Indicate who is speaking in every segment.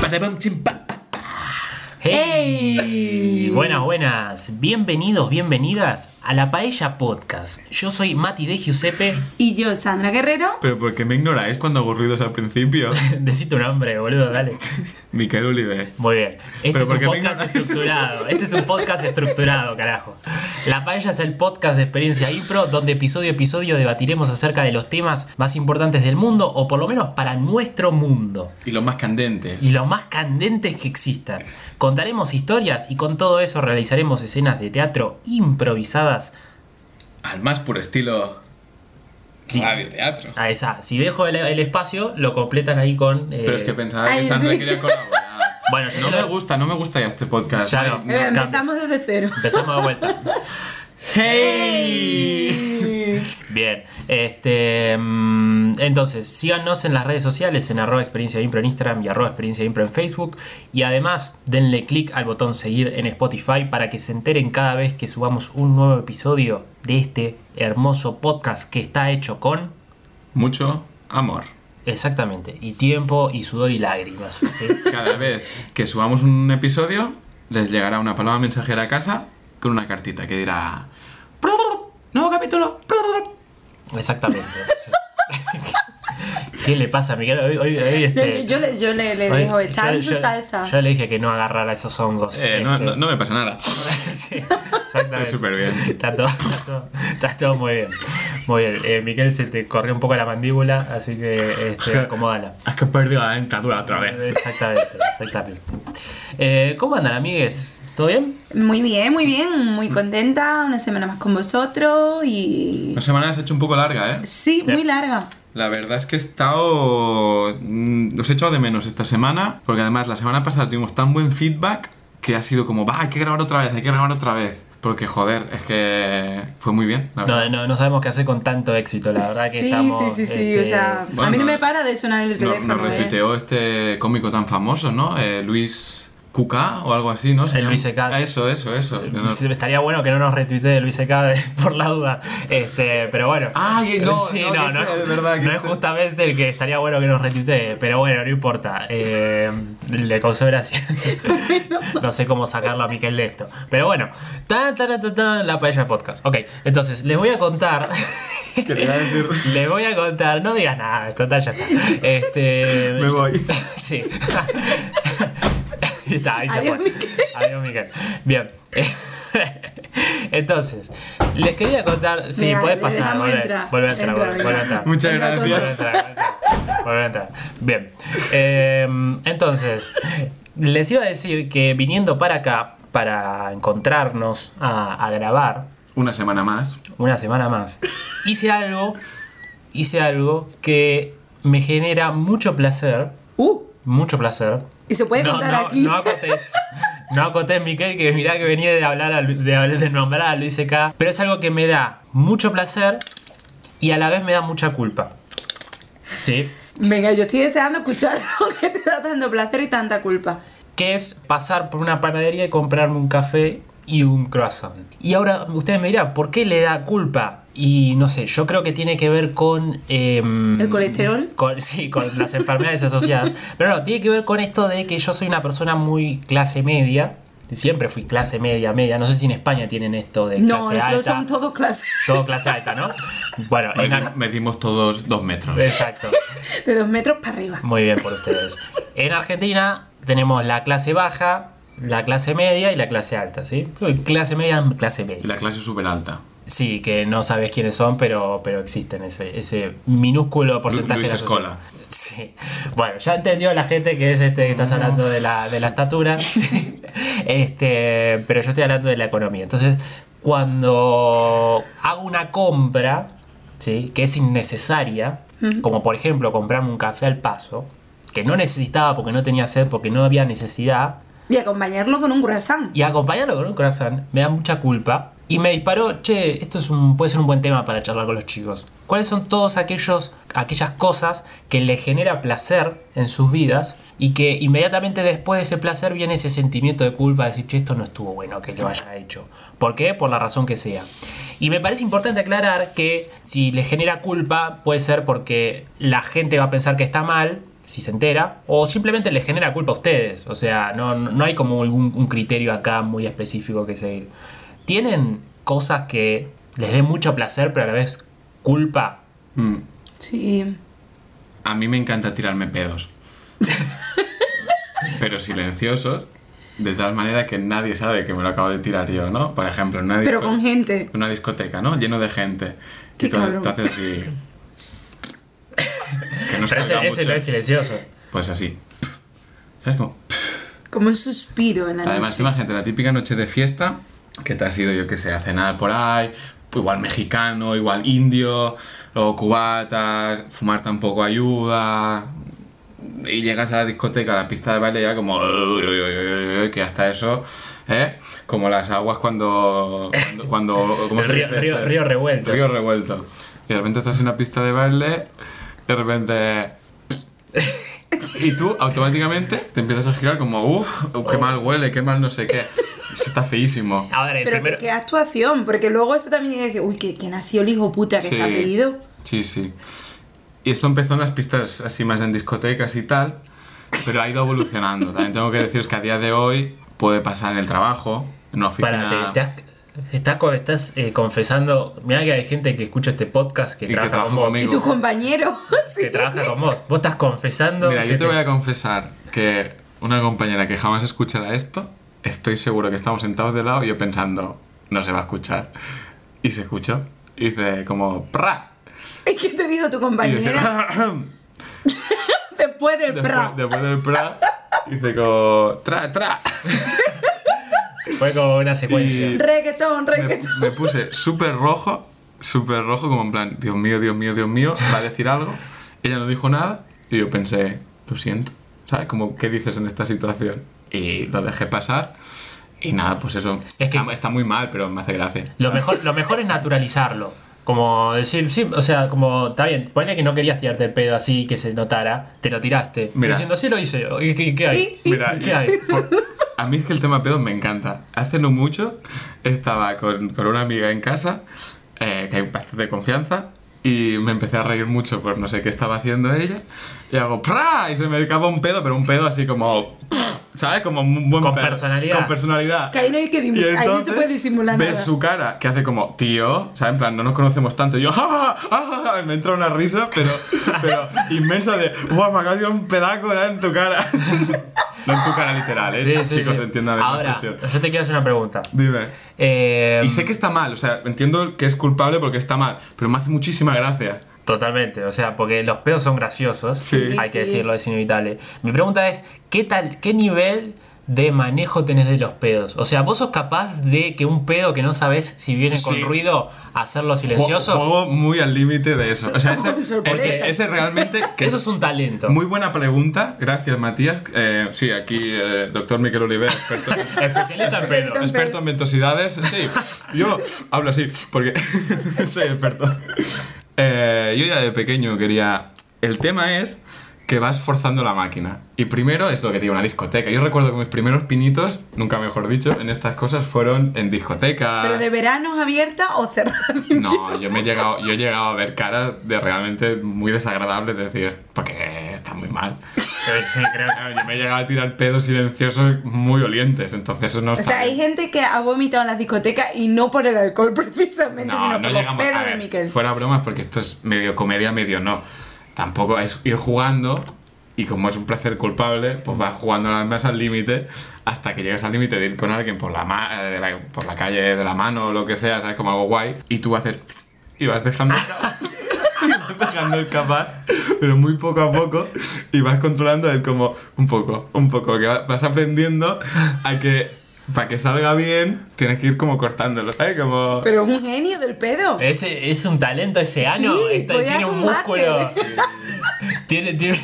Speaker 1: patapam, chim, pa.
Speaker 2: ¡Hey! Buenas, buenas. Bienvenidos, bienvenidas a la Paella Podcast. Yo soy Mati de Giuseppe.
Speaker 3: Y yo, Sandra Guerrero.
Speaker 1: Pero ¿por qué me ignoráis cuando hago ruidos al principio?
Speaker 2: Decite un nombre, boludo, dale.
Speaker 1: Miquel Olive.
Speaker 2: Muy bien. Este
Speaker 1: Pero
Speaker 2: es un
Speaker 1: porque
Speaker 2: podcast
Speaker 1: venga-
Speaker 2: estructurado. Este es un podcast estructurado, carajo. La Paella es el podcast de experiencia impro donde episodio a episodio debatiremos acerca de los temas más importantes del mundo o por lo menos para nuestro mundo
Speaker 1: Y los más candentes.
Speaker 2: y los más candentes que existan. Contaremos historias y con todo eso realizaremos escenas de teatro improvisadas.
Speaker 1: Al más puro estilo radioteatro.
Speaker 2: A esa, si dejo el, el espacio, lo completan ahí con. eh,
Speaker 1: Pero es que pensaba que
Speaker 3: Ay,
Speaker 1: Sandra
Speaker 3: sí.
Speaker 1: quería colaborar.
Speaker 2: Bueno, yo
Speaker 1: no
Speaker 2: se lo-
Speaker 1: me gusta, no me gusta ya este podcast.
Speaker 2: Ya
Speaker 1: Ay,
Speaker 2: no.
Speaker 3: Eh,
Speaker 2: cambio.
Speaker 3: empezamos desde cero.
Speaker 2: Empezamos de vuelta. ¡Hey! Bien, este, mm, entonces síganos en las redes sociales, en arroba experiencia de impro en Instagram y arroba experiencia de impro en Facebook. Y además denle click al botón seguir en Spotify para que se enteren cada vez que subamos un nuevo episodio de este hermoso podcast que está hecho con...
Speaker 1: Mucho amor.
Speaker 2: Exactamente, y tiempo y sudor y lágrimas. ¿sí?
Speaker 1: Cada vez que subamos un episodio, les llegará una paloma mensajera a casa con una cartita que dirá... Nuevo capítulo.
Speaker 2: Exactamente. sí. ¿Qué le pasa, Miguel? Hoy, hoy- hoy,
Speaker 3: Yo,
Speaker 2: este,
Speaker 3: yo le, yo le, le
Speaker 2: Oye,
Speaker 3: dejo, está
Speaker 2: yo-
Speaker 3: en su
Speaker 2: yo-
Speaker 3: salsa.
Speaker 2: Yo le dije que no agarrara esos hongos.
Speaker 1: Eh, no,
Speaker 2: este.
Speaker 1: no- no me pasa nada.
Speaker 2: Sí, exactamente.
Speaker 1: Está súper bien.
Speaker 2: Está todo, está, todo, está todo muy bien. Muy bien. Eh, Miquel se te corrió un poco la mandíbula, así que este, acomódala.
Speaker 1: Es que he perdido la dentadura otra vez.
Speaker 2: Exactamente, exactamente. Eh, ¿Cómo andan, amigues? ¿Todo bien?
Speaker 3: Muy bien, muy bien, muy contenta. Una semana más con vosotros y.
Speaker 1: La semana se ha hecho un poco larga, ¿eh?
Speaker 3: Sí,
Speaker 2: Sí.
Speaker 3: muy larga.
Speaker 1: La verdad es que he estado... mm, Os he echado de menos esta semana, porque además la semana pasada tuvimos tan buen feedback que ha sido como, va, hay que grabar otra vez, hay que grabar otra vez. Porque, joder, es que fue muy bien, la verdad.
Speaker 2: No, no, no sabemos qué hacer con tanto éxito, la verdad que
Speaker 3: sí,
Speaker 2: estamos.
Speaker 3: sí, sí, sí,
Speaker 2: este,
Speaker 3: o sea,
Speaker 1: bueno,
Speaker 3: a mí no
Speaker 1: no-
Speaker 3: me para de sonar el
Speaker 1: No-
Speaker 3: teléfono.
Speaker 1: nos
Speaker 3: eh.
Speaker 1: retuiteó este cómico tan famoso, ¿no? Eh, Luis Cuca o algo así, ¿no? Se
Speaker 2: El
Speaker 1: llama.
Speaker 2: Luis Ecas.
Speaker 1: Ah, Eso, eso, eso. No-
Speaker 2: Sí, Estaría bueno que no nos retuitee Luis Ecade por la duda. Este, pero bueno.
Speaker 1: Ay, Ah, no,
Speaker 2: Sí,
Speaker 1: no, que este, de verdad, que
Speaker 2: no es
Speaker 1: este-
Speaker 2: justamente el que estaría bueno que nos retuitee, pero bueno, no importa. Eh, le causó gracia. no sé cómo sacarlo a Miquel de esto. Pero bueno, ta, ta, ta, ta, ta, la paella podcast. Ok, entonces les voy a contar.
Speaker 1: Quería decir...
Speaker 2: les voy a contar. No digas nada, total, ya está. Este,
Speaker 1: Me voy.
Speaker 2: Sí. Ahí está, ahí se
Speaker 3: Adiós,
Speaker 2: fue.
Speaker 3: Miquel.
Speaker 2: Adiós, Miquel. Bien. Entonces, les quería contar. Sí,
Speaker 3: Mira,
Speaker 2: puedes
Speaker 3: le
Speaker 2: pasar.
Speaker 3: dejamos
Speaker 2: Vuelve
Speaker 3: entrar.
Speaker 2: vuelve a entrar,
Speaker 3: Entra,
Speaker 2: vuelve
Speaker 3: venga.
Speaker 2: vuelve a entrar.
Speaker 1: Muchas
Speaker 3: Venga, pues,
Speaker 1: gracias.
Speaker 2: Vuelve a entrar, vuelve a entrar, vuelve a entrar. Bien. Eh, entonces, les iba a decir que viniendo para acá, para encontrarnos a- a grabar,
Speaker 1: Una semana más.
Speaker 2: una semana más. Hice algo, hice algo que me genera mucho placer,
Speaker 3: Uh,
Speaker 2: mucho placer.
Speaker 3: y se puede
Speaker 2: no,
Speaker 3: contar
Speaker 2: no,
Speaker 3: aquí.
Speaker 2: no acotes. No acotes, Miquel, que mirá que venía de hablar, a Lu- de, hablar- de nombrar a Luis K. Pero es algo que me da mucho placer y a la vez me da mucha culpa. ¿Sí?
Speaker 3: Venga, yo estoy deseando escuchar lo que te da tanto placer y tanta culpa.
Speaker 2: que es pasar por una panadería y comprarme un café y un croissant. Y ahora ustedes me dirán, ¿por qué le da culpa? Y no sé, yo creo que tiene que ver con... em,
Speaker 3: ¿El colesterol?
Speaker 2: con- sí, con las enfermedades asociadas. Pero no, tiene que ver con esto de que yo soy una persona muy clase media. Siempre fui clase media, media. No sé si en España tienen esto de
Speaker 3: No,
Speaker 2: clase alta.
Speaker 3: eso son todos clases
Speaker 2: todo clase alta, ¿no? Bueno, en
Speaker 1: Medi-
Speaker 2: Ar-
Speaker 1: Medimos todos dos metros.
Speaker 2: Exacto.
Speaker 3: de dos metros para arriba.
Speaker 2: Muy bien por ustedes. En Argentina tenemos la clase baja, la clase media y la clase alta, ¿sí? Uy, Clase media, clase
Speaker 1: Y
Speaker 2: media.
Speaker 1: la clase es súper alta.
Speaker 2: Sí, que no sabes quiénes son, pero, pero existen ese, ese minúsculo porcentaje
Speaker 1: Luis
Speaker 2: de la sociedad.
Speaker 1: Escola.
Speaker 2: Sí. Bueno, ya entendió la gente que es este que estás hablando de la, de la estatura. este, pero yo estoy hablando de la economía. Entonces, cuando hago una compra, ¿sí? que es innecesaria, como por ejemplo comprarme un café al paso, que no necesitaba porque no tenía sed, porque no había necesidad,
Speaker 3: Y acompañarlo con un croissant.
Speaker 2: y acompañarlo con un corazón me da mucha culpa. Y me disparó, che, esto es un, puede ser un buen tema para charlar con los chicos. ¿Cuáles son todos aquellos, aquellas cosas que les genera placer en sus vidas y que inmediatamente después de ese placer viene ese sentimiento de culpa de decir, che, esto no estuvo bueno que lo haya hecho? ¿Por qué? Por la razón que sea. Y me parece importante aclarar que si les genera culpa puede ser porque la gente va a pensar que está mal, si se entera, o simplemente le genera culpa a ustedes. O sea, no, no no hay como algún un criterio acá muy específico que seguir. ¿Tienen cosas que les dé mucho placer, pero a la vez culpa?
Speaker 1: Mm.
Speaker 3: Sí.
Speaker 1: A mí me encanta tirarme pedos. Pero silenciosos, de tal manera que nadie sabe que me lo acabo de tirar yo, ¿no? Por ejemplo, en una,
Speaker 3: Pero
Speaker 1: disco-
Speaker 3: con gente.
Speaker 1: una discoteca, ¿no? Lleno de gente.
Speaker 3: Qué
Speaker 1: y tú, tú
Speaker 3: cabrón.
Speaker 1: haces así. que no
Speaker 2: Pero
Speaker 1: salga
Speaker 2: ese, ese
Speaker 1: mucho.
Speaker 2: no es silencioso.
Speaker 1: Pues así. ¿Sabes cómo?
Speaker 3: Como un suspiro en la
Speaker 1: Además,
Speaker 3: noche.
Speaker 1: imagínate la típica noche de fiesta que te has ido, yo que sé, a cenar por ahí, pues igual mexicano, igual indio, o cubatas, fumar tampoco ayuda. Y llegas a la discoteca, a la pista de baile, ya como. "Uy, uy, uy, uy, uy", que hasta eso. ¿eh? Como las aguas cuando. cuando, cuando- ¿cómo
Speaker 2: El
Speaker 1: se
Speaker 2: río-
Speaker 1: dice?
Speaker 2: río- río revuelto.
Speaker 1: Río revuelto. Y de repente estás en una pista de baile, de repente. Y tú automáticamente te empiezas a girar como, uff, qué
Speaker 3: Oh.
Speaker 1: mal huele, qué mal no sé qué. Eso está feísimo.
Speaker 2: A ver, el
Speaker 3: Pero
Speaker 2: primero-
Speaker 3: qué actuación, porque luego eso también es que, uy, que, que nació el hijo puta que se ha pedido.
Speaker 1: Sí, sí. Y esto empezó en las pistas así más en discotecas y tal, pero ha ido evolucionando. También tengo que deciros que a día de hoy puede pasar en el trabajo, en una oficina.
Speaker 2: Pará, te- te has- estás, co- estás, eh, confesando. Mirá que hay gente que escucha este podcast que
Speaker 1: Y que
Speaker 2: trabaja
Speaker 1: trabaja
Speaker 2: con vos.
Speaker 1: conmigo.
Speaker 3: Y tus compañeros. sí.
Speaker 2: Que trabaja con vos. Vos estás confesando.
Speaker 1: Mira,
Speaker 2: que
Speaker 1: yo te voy a confesar que una compañera que jamás escuchará esto, estoy seguro que estamos sentados de lado y yo pensando, no se va a escuchar. Y se escuchó. Y dice como, ¡pra!
Speaker 3: ¿Y qué te dijo tu
Speaker 1: Y dice,
Speaker 3: compañera después del
Speaker 1: después,
Speaker 3: pra?
Speaker 1: después del pra, dice como, ¡tra, tra!
Speaker 2: Fue como una secuencia.
Speaker 1: Y-
Speaker 3: Reggaetón,
Speaker 1: Me,
Speaker 3: reggaetón.
Speaker 1: me puse súper rojo, súper rojo, como en plan, Dios mío, Dios mío, Dios mío, va a decir algo. Ella no dijo nada y yo pensé, lo siento. ¿Sabes? Como, ¿qué dices en esta situación? Y lo dejé pasar. Y nada, pues eso.
Speaker 2: Es que-
Speaker 1: está, está muy mal, pero me hace gracia.
Speaker 2: Lo mejor, lo mejor es naturalizarlo. Como decir, sí, o sea, como está bien, ponle que no querías tirarte el pedo así que se notara, te lo tiraste.
Speaker 1: Mira.
Speaker 2: Diciendo, sí lo hice, ¿y qué, qué hay?
Speaker 1: Y- Mira,
Speaker 2: ¿Qué
Speaker 1: y-
Speaker 2: hay?
Speaker 1: A mí es que el tema pedos me encanta. Hace no mucho estaba con, con una amiga en casa, eh, que hay bastante confianza, y me empecé a reír mucho por no sé qué estaba haciendo ella, y hago ¡pra! Y se me escapa un pedo, pero un pedo así como... ¿Sabes? Como un buen
Speaker 2: Con
Speaker 1: pedo.
Speaker 2: personalidad.
Speaker 1: Con personalidad.
Speaker 3: Que ahí no hay que dimus-
Speaker 1: Y
Speaker 3: ahí no se puede disimular
Speaker 1: ves
Speaker 3: nada.
Speaker 1: su cara, que hace como, tío, ¿sabes? En plan, no nos conocemos tanto. Y yo, "Ah, ¡Ja, ja, ja, ja, ja! Me entra una risa, pero, pero inmensa de, ¡guau, me acabo de tirar un pedaco ¿verdad? en tu cara! no en tu cara literal, ¿eh?
Speaker 2: Sí, sí,
Speaker 1: Chicos,
Speaker 2: sí.
Speaker 1: entiendan la
Speaker 2: Ahora,
Speaker 1: expresión.
Speaker 2: yo te quiero hacer una pregunta.
Speaker 1: Dime.
Speaker 2: Eh,
Speaker 1: Y sé que está mal, o sea, entiendo que es culpable porque está mal, pero me hace muchísima gracia.
Speaker 2: Totalmente, o sea, porque los pedos son graciosos,
Speaker 1: Sí.
Speaker 2: hay que
Speaker 3: Sí.
Speaker 2: decirlo, es inevitable. Mi pregunta es, ¿qué tal, qué nivel de manejo tenés de los pedos? O sea, ¿vos sos capaz de que un pedo que no sabes si viene con
Speaker 1: Sí.
Speaker 2: ruido, hacerlo
Speaker 1: Ju-
Speaker 2: silencioso?
Speaker 1: Juego muy al límite de eso. O sea, ese,
Speaker 3: Tampoco te sorprende.
Speaker 1: ese- ese realmente... que-
Speaker 2: Eso es un talento.
Speaker 1: Muy buena pregunta, gracias Matías. Eh, sí, aquí eh, doctor Miquel Oliver, experto,
Speaker 2: Especialista en pedos.
Speaker 1: experto en ventosidades, sí. Yo hablo así porque soy experto. Eh, yo ya de pequeño quería... El tema es que vas forzando la máquina. Y primero es lo que te digo, una discoteca. Yo recuerdo que mis primeros pinitos, nunca mejor dicho, en estas cosas fueron en discoteca.
Speaker 3: Pero de veranos abierta o cerrada.
Speaker 1: No, yo me he llegado, yo he llegado a ver caras de realmente muy desagradables, de decir, porque está muy mal.
Speaker 2: Sí, creo que-
Speaker 1: Claro, yo me he llegado a tirar pedos silenciosos muy olientes, entonces eso no
Speaker 3: O
Speaker 1: está
Speaker 3: sea, hay
Speaker 1: bien.
Speaker 3: gente que ha vomitado en las discotecas y no por el alcohol precisamente,
Speaker 1: No,
Speaker 3: sino
Speaker 1: no
Speaker 3: por los
Speaker 1: llegamos
Speaker 3: pedos
Speaker 1: a
Speaker 3: de
Speaker 1: ver,
Speaker 3: Miquel.
Speaker 1: Fuera bromas, porque esto es medio comedia, medio no. Tampoco es ir jugando y como es un placer culpable, pues vas jugando las más al límite hasta que llegas al límite de ir con alguien por la, ma- eh, de la- por la calle de la mano o lo que sea, ¿sabes? Como algo guay. Y tú haces... Y vas dejando... escapar- y vas dejando escapar, pero muy poco a poco y vas controlando el como un poco, un poco, que va- vas aprendiendo a que para que salga bien tienes que ir como cortándolo, ¿sabes? Como
Speaker 3: Pero es un genio del pedo.
Speaker 2: Es, es un talento ese ano, está-
Speaker 3: podía
Speaker 2: tiene un
Speaker 3: hacer un
Speaker 2: músculo.
Speaker 3: máster.
Speaker 2: Tiene, tiene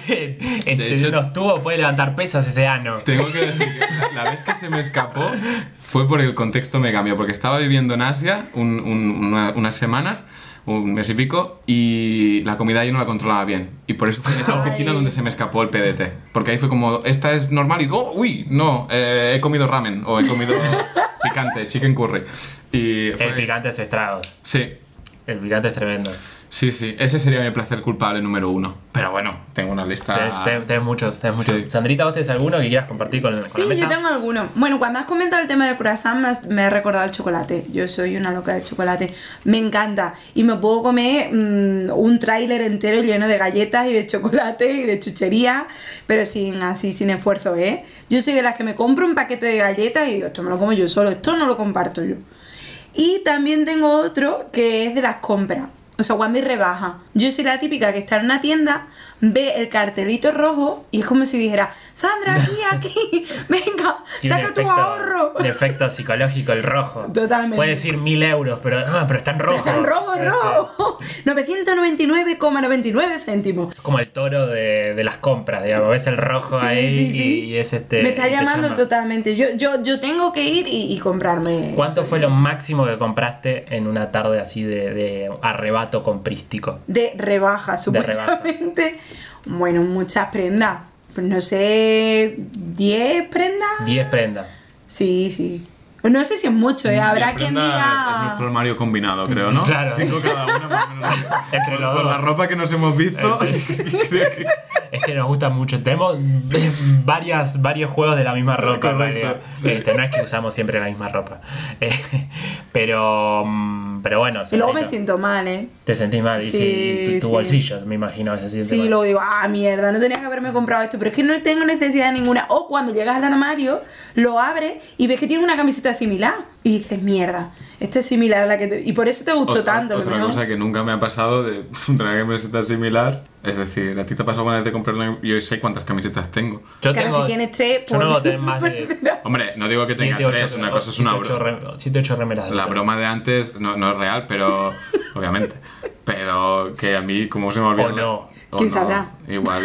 Speaker 2: este,
Speaker 1: hecho-
Speaker 2: unos tubos, puede levantar pesas ese ano.
Speaker 1: Tengo que decir que la vez que se me escapó fue por el contexto me cambió, porque estaba viviendo en Asia un- un- una- unas semanas, un mes y pico, y la comida yo no la controlaba bien. Y por eso fue en esa oficina
Speaker 3: Ay.
Speaker 1: donde se me escapó el PDT. Porque ahí fue como, esta es normal y, oh, uy, no, eh, he comido ramen o he comido picante, chicken curry. Y fue-
Speaker 2: El picante hace estragos.
Speaker 1: Sí,
Speaker 2: El picante es tremendo.
Speaker 1: Sí, sí, ese sería mi placer culpable número uno. Pero bueno, tengo una lista.
Speaker 2: Tenés, tenés- tenés muchos, tenés
Speaker 1: Ah. Sí.
Speaker 2: muchos. Sandrita, ¿vos tenés alguno que quieras compartir con, el
Speaker 3: Sí, yo tengo alguno. Bueno, cuando has comentado el tema del croissant, me, has- me he recordado el chocolate. Yo soy una loca de chocolate. Me encanta. Y me puedo comer mm, un tráiler entero lleno de galletas y de chocolate y de chuchería, pero sin así, sin esfuerzo, ¿eh? Yo soy de las que me compro un paquete de galletas y digo, esto me lo como yo solo, esto no lo comparto yo. Y también tengo otro que es de las compras. O sea, cuando hay rebaja. Yo soy la típica que está en una tienda, ve el cartelito rojo y es como si dijera, Sandra, aquí, aquí, venga,
Speaker 2: Tiene
Speaker 3: saca
Speaker 2: un
Speaker 3: tu
Speaker 2: efecto-
Speaker 3: ahorro.
Speaker 2: un efecto psicológico el rojo.
Speaker 3: Totalmente.
Speaker 2: Puede decir mil euros, pero, ah, pero está en rojo.
Speaker 3: Está en rojo, en
Speaker 2: Este,
Speaker 3: rojo. 999,99 céntimos.
Speaker 2: Es como el toro de, de las compras, digamos. Ves el rojo
Speaker 3: Sí,
Speaker 2: ahí
Speaker 3: sí, sí.
Speaker 2: y- Y, es este.
Speaker 3: Me está
Speaker 2: y te
Speaker 3: llamando
Speaker 2: llama.
Speaker 3: totalmente. Yo, yo, yo tengo que ir y, y comprarme.
Speaker 2: ¿Cuánto fue lo máximo que compraste en una tarde así de, de arrebato comprístico?
Speaker 3: De rebaja,
Speaker 2: De rebaja.
Speaker 3: supuestamente. Bueno, muchas prendas. Pues no sé, 10 prendas.
Speaker 2: 10 prendas.
Speaker 3: Sí, sí. No sé si es mucho, ¿eh? Habrá
Speaker 1: Bien,
Speaker 3: quien
Speaker 1: prendas Es
Speaker 3: diga. "Ah,
Speaker 1: nuestro armario combinado, creo, ¿no?
Speaker 2: Claro.
Speaker 1: Cinco cada una más o menos.
Speaker 2: Entre
Speaker 1: Por-
Speaker 2: los
Speaker 1: Por
Speaker 2: dos.
Speaker 1: la ropa que nos hemos visto,
Speaker 2: Entre-
Speaker 1: sí, creo que-
Speaker 2: Es que nos gusta mucho. Tenemos varias, varios juegos de la misma ropa. en
Speaker 1: Correcto,
Speaker 2: realidad.
Speaker 1: sí.
Speaker 2: Este, no es que usamos siempre la misma ropa. Eh, pero, mm, pero bueno.
Speaker 3: Y luego me
Speaker 2: Sandrita,
Speaker 3: siento mal, ¿eh?
Speaker 2: Te sentís mal. y
Speaker 3: Sí,
Speaker 2: sí, tu, tu
Speaker 3: sí.
Speaker 2: bolsillo, me imagino. Se siente
Speaker 3: Sí,
Speaker 2: mal.
Speaker 3: luego digo, ah, mierda, no tenía que haberme comprado esto, pero es que no tengo necesidad ninguna. O cuando llegas al armario, lo abres y ves que tiene una camiseta similar. Y dices, mierda, esta es similar a la que te... Y por eso te gustó
Speaker 1: Otra-
Speaker 3: tanto,
Speaker 1: Otra
Speaker 3: ¿no?
Speaker 1: cosa que nunca me ha pasado de una camiseta similar. Es decir, a ti te ha pasado una vez de comprar una. Yo sé cuántas camisetas tengo.
Speaker 2: Yo
Speaker 3: Claro, si tienes tres,
Speaker 2: yo no debo
Speaker 3: pues,
Speaker 2: tener más de.
Speaker 3: superarás.
Speaker 1: Hombre, no digo que tenga tres, una cosa es una broma.
Speaker 2: 7 8 remeras.
Speaker 1: La broma de antes no, no es real, pero. obviamente. Pero que a mí, como se me olvidó.
Speaker 2: O no.
Speaker 1: o
Speaker 3: ¿Quién
Speaker 1: no,
Speaker 3: sabrá?
Speaker 1: Igual.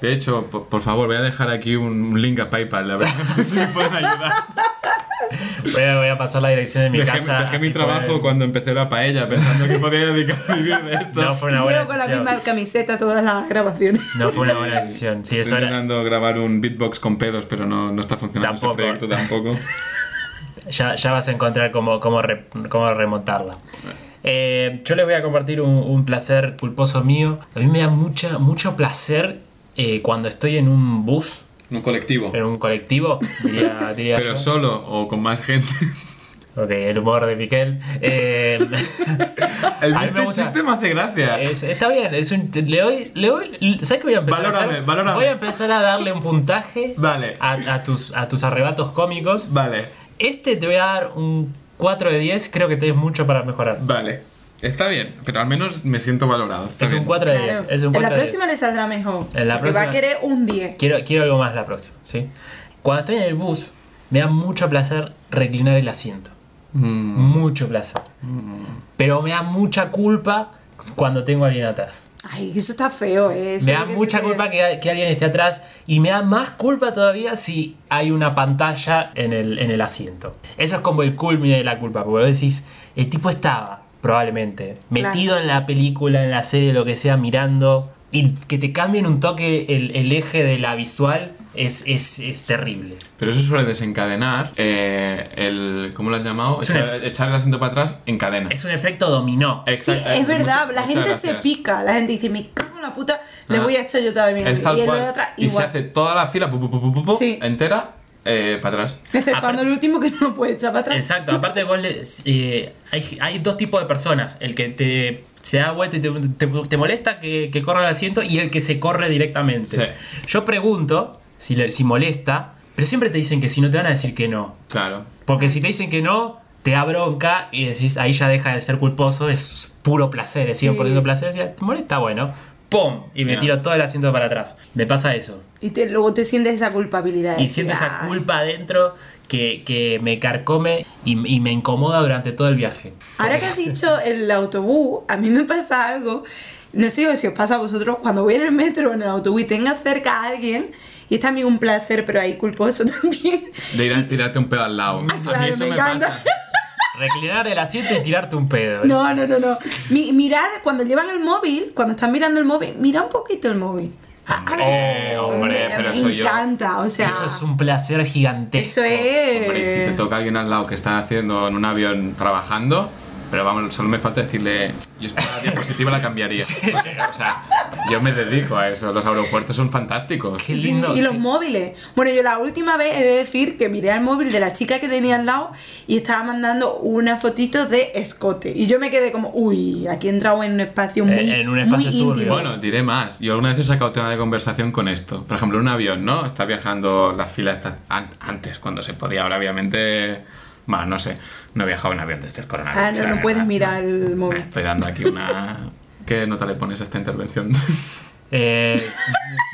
Speaker 1: De hecho, po- por, favor, voy a dejar aquí un link a PayPal, a ver si me pueden ayudar.
Speaker 2: Voy a, voy a pasar la dirección de mi
Speaker 1: dejé
Speaker 2: casa.
Speaker 1: dejé
Speaker 2: así
Speaker 1: mi trabajo
Speaker 2: pueden-
Speaker 1: cuando empecé la paella, pensando que podía dedicarme a vivir de esto.
Speaker 2: No fue una buena
Speaker 3: Llevo con la
Speaker 2: decisión.
Speaker 3: misma camiseta todas las grabaciones.
Speaker 2: No fue una buena decisión. Sí, eso
Speaker 1: Estoy
Speaker 2: era.
Speaker 1: intentando grabar un beatbox con pedos, pero no, no está funcionando
Speaker 2: Tampoco.
Speaker 1: ese proyecto tampoco.
Speaker 2: Ya, ya vas a encontrar cómo, cómo, re- cómo remontarla. Eh, yo les voy a compartir un, un placer culposo mío. A mí me da mucha, mucho placer eh, cuando estoy en un bus,
Speaker 1: Un colectivo.
Speaker 2: en un colectivo, diría, diría
Speaker 1: Pero
Speaker 2: yo.
Speaker 1: solo o con más gente.
Speaker 2: Ok, el humor de Miquel. Eh,
Speaker 1: El
Speaker 2: A mí me
Speaker 1: este
Speaker 2: gusta.
Speaker 1: chiste me hace gracia.
Speaker 2: es- está bien, es un, le doy, le doy- ¿sabes qué voy a empezar a
Speaker 1: Valórame,
Speaker 2: hacer?
Speaker 1: valórame.
Speaker 2: Voy a empezar a darle un puntaje
Speaker 1: Dale.
Speaker 2: a, a tus, a tus arrebatos cómicos.
Speaker 1: Vale,
Speaker 2: Este te voy a dar un 4 de 10, creo que tenés mucho para mejorar.
Speaker 1: vale. Está bien, pero al menos me siento valorado. Está
Speaker 2: Es
Speaker 1: bien.
Speaker 2: un 4 de 10.
Speaker 3: Claro.
Speaker 2: Es un
Speaker 3: en
Speaker 2: 4
Speaker 3: la
Speaker 2: de 10.
Speaker 3: próxima le saldrá mejor.
Speaker 2: En la
Speaker 3: porque va
Speaker 2: próxima-
Speaker 3: a querer un 10.
Speaker 2: Quiero, quiero algo más la próxima, ¿sí? Cuando estoy en el bus, me da mucho placer reclinar el asiento.
Speaker 1: Mm,
Speaker 2: Mucho placer. Pero me da mucha culpa cuando tengo a alguien atrás.
Speaker 3: Ay, eso está feo, ¿eh? Eso
Speaker 2: me
Speaker 3: es
Speaker 2: da
Speaker 3: que
Speaker 2: mucha
Speaker 3: te-
Speaker 2: culpa que, que alguien esté atrás y me da más culpa todavía si hay una pantalla en el, en el asiento. Eso es como el culmine de la culpa, porque vos decís, el tipo estaba, probablemente, metido en la película, en la serie, lo que sea, mirando, y que te cambien un toque el, el eje de la visual es, es, es terrible.
Speaker 1: Pero eso suele desencadenar eh, el. ¿Cómo lo has llamado?
Speaker 2: Es una-
Speaker 1: Echar, echar el asiento para atrás en cadena.
Speaker 2: Es un efecto dominó.
Speaker 3: Sí,
Speaker 1: Exacto.
Speaker 3: es verdad,
Speaker 1: Mucha-
Speaker 3: la
Speaker 1: muchas
Speaker 3: gente se
Speaker 1: gracias.
Speaker 3: pica, la gente dice, me cago en la puta, le
Speaker 1: Ah.
Speaker 3: voy a echar yo también.
Speaker 1: Es
Speaker 3: y
Speaker 1: tal
Speaker 3: el
Speaker 1: cual.
Speaker 3: otro
Speaker 1: y se
Speaker 3: igual.
Speaker 1: hace toda la fila pu, pu, pu, pu, pu, pu,
Speaker 3: Sí.
Speaker 1: entera eh, para atrás.
Speaker 3: Exceptuando
Speaker 2: Aparte-
Speaker 3: el último que no puede echar para atrás.
Speaker 2: Exacto, aparte vos le- eh, hay, hay dos tipos de personas, el que te se da vuelta y te, te- te molesta que, que corra el asiento y el que se corre directamente.
Speaker 1: Sí.
Speaker 2: Yo pregunto si, le- si molesta, pero siempre te dicen que si no te van a decir que no.
Speaker 1: Claro.
Speaker 2: Porque si te dicen que no, te da bronca y decís, ahí ya deja de ser culposo, es puro placer, es
Speaker 3: Sí.
Speaker 2: 100% placer, decís, te molesta, bueno, ¡pum! Y me
Speaker 1: Ya.
Speaker 2: tiro todo el asiento para atrás. Me pasa eso.
Speaker 3: Y te- luego te sientes esa culpabilidad. de
Speaker 2: Y siento
Speaker 3: decir,
Speaker 2: esa
Speaker 3: "Ay".
Speaker 2: culpa adentro que, que me carcome y, y me incomoda durante todo el viaje.
Speaker 3: Ahora que has dicho el autobús, a mí me pasa algo. No sé si os pasa a vosotros cuando voy en el metro o en el autobús y tenga cerca a alguien, y es también un placer, pero ahí culposo también.
Speaker 1: De ir a tirarte un pedo al lado. a
Speaker 3: claro,
Speaker 1: mí eso
Speaker 3: me
Speaker 1: me,
Speaker 3: encanta.
Speaker 1: pasa.
Speaker 2: Reclinar el asiento y tirarte un pedo. ¿eh?
Speaker 3: No, no, no, no. Mi- mirar, cuando llevan el móvil, cuando están mirando el móvil, mira un poquito el móvil. A- a-
Speaker 1: Hombre, hombre,
Speaker 3: me-
Speaker 1: pero
Speaker 3: me
Speaker 1: soy yo.
Speaker 3: encanta, o sea.
Speaker 2: Eso es un placer gigantesco.
Speaker 3: Eso es. Eh,
Speaker 1: Hombre, y si te toca alguien al lado que está haciendo en un avión trabajando, Pero vamos, solo me falta decirle, yo esta diapositiva la cambiaría. Porque, o sea, yo me dedico a eso, los aeropuertos son fantásticos.
Speaker 2: Qué lindo.
Speaker 3: Y los
Speaker 2: que-
Speaker 3: móviles. Bueno, yo la última vez he de decir que miré al móvil de la chica que tenía al lado y estaba mandando una fotito de escote. Y yo me quedé como, uy, aquí he entrado en un espacio muy,
Speaker 2: Eh, en un espacio
Speaker 3: muy
Speaker 2: turbio.
Speaker 3: íntimo.
Speaker 1: Bueno, diré más. Yo alguna vez he sacado tema de conversación con esto. Por ejemplo, en un avión, ¿no? Está viajando la fila esta- an- antes, cuando se podía. Ahora, obviamente, bueno, no sé. No he viajado en avión desde el coronavirus.
Speaker 3: Ah, no,
Speaker 1: la
Speaker 3: no
Speaker 1: verdad.
Speaker 3: puedes mirar el
Speaker 1: Me
Speaker 3: móvil.
Speaker 1: estoy dando aquí una... ¿Qué nota le pones a esta intervención?
Speaker 2: Eh,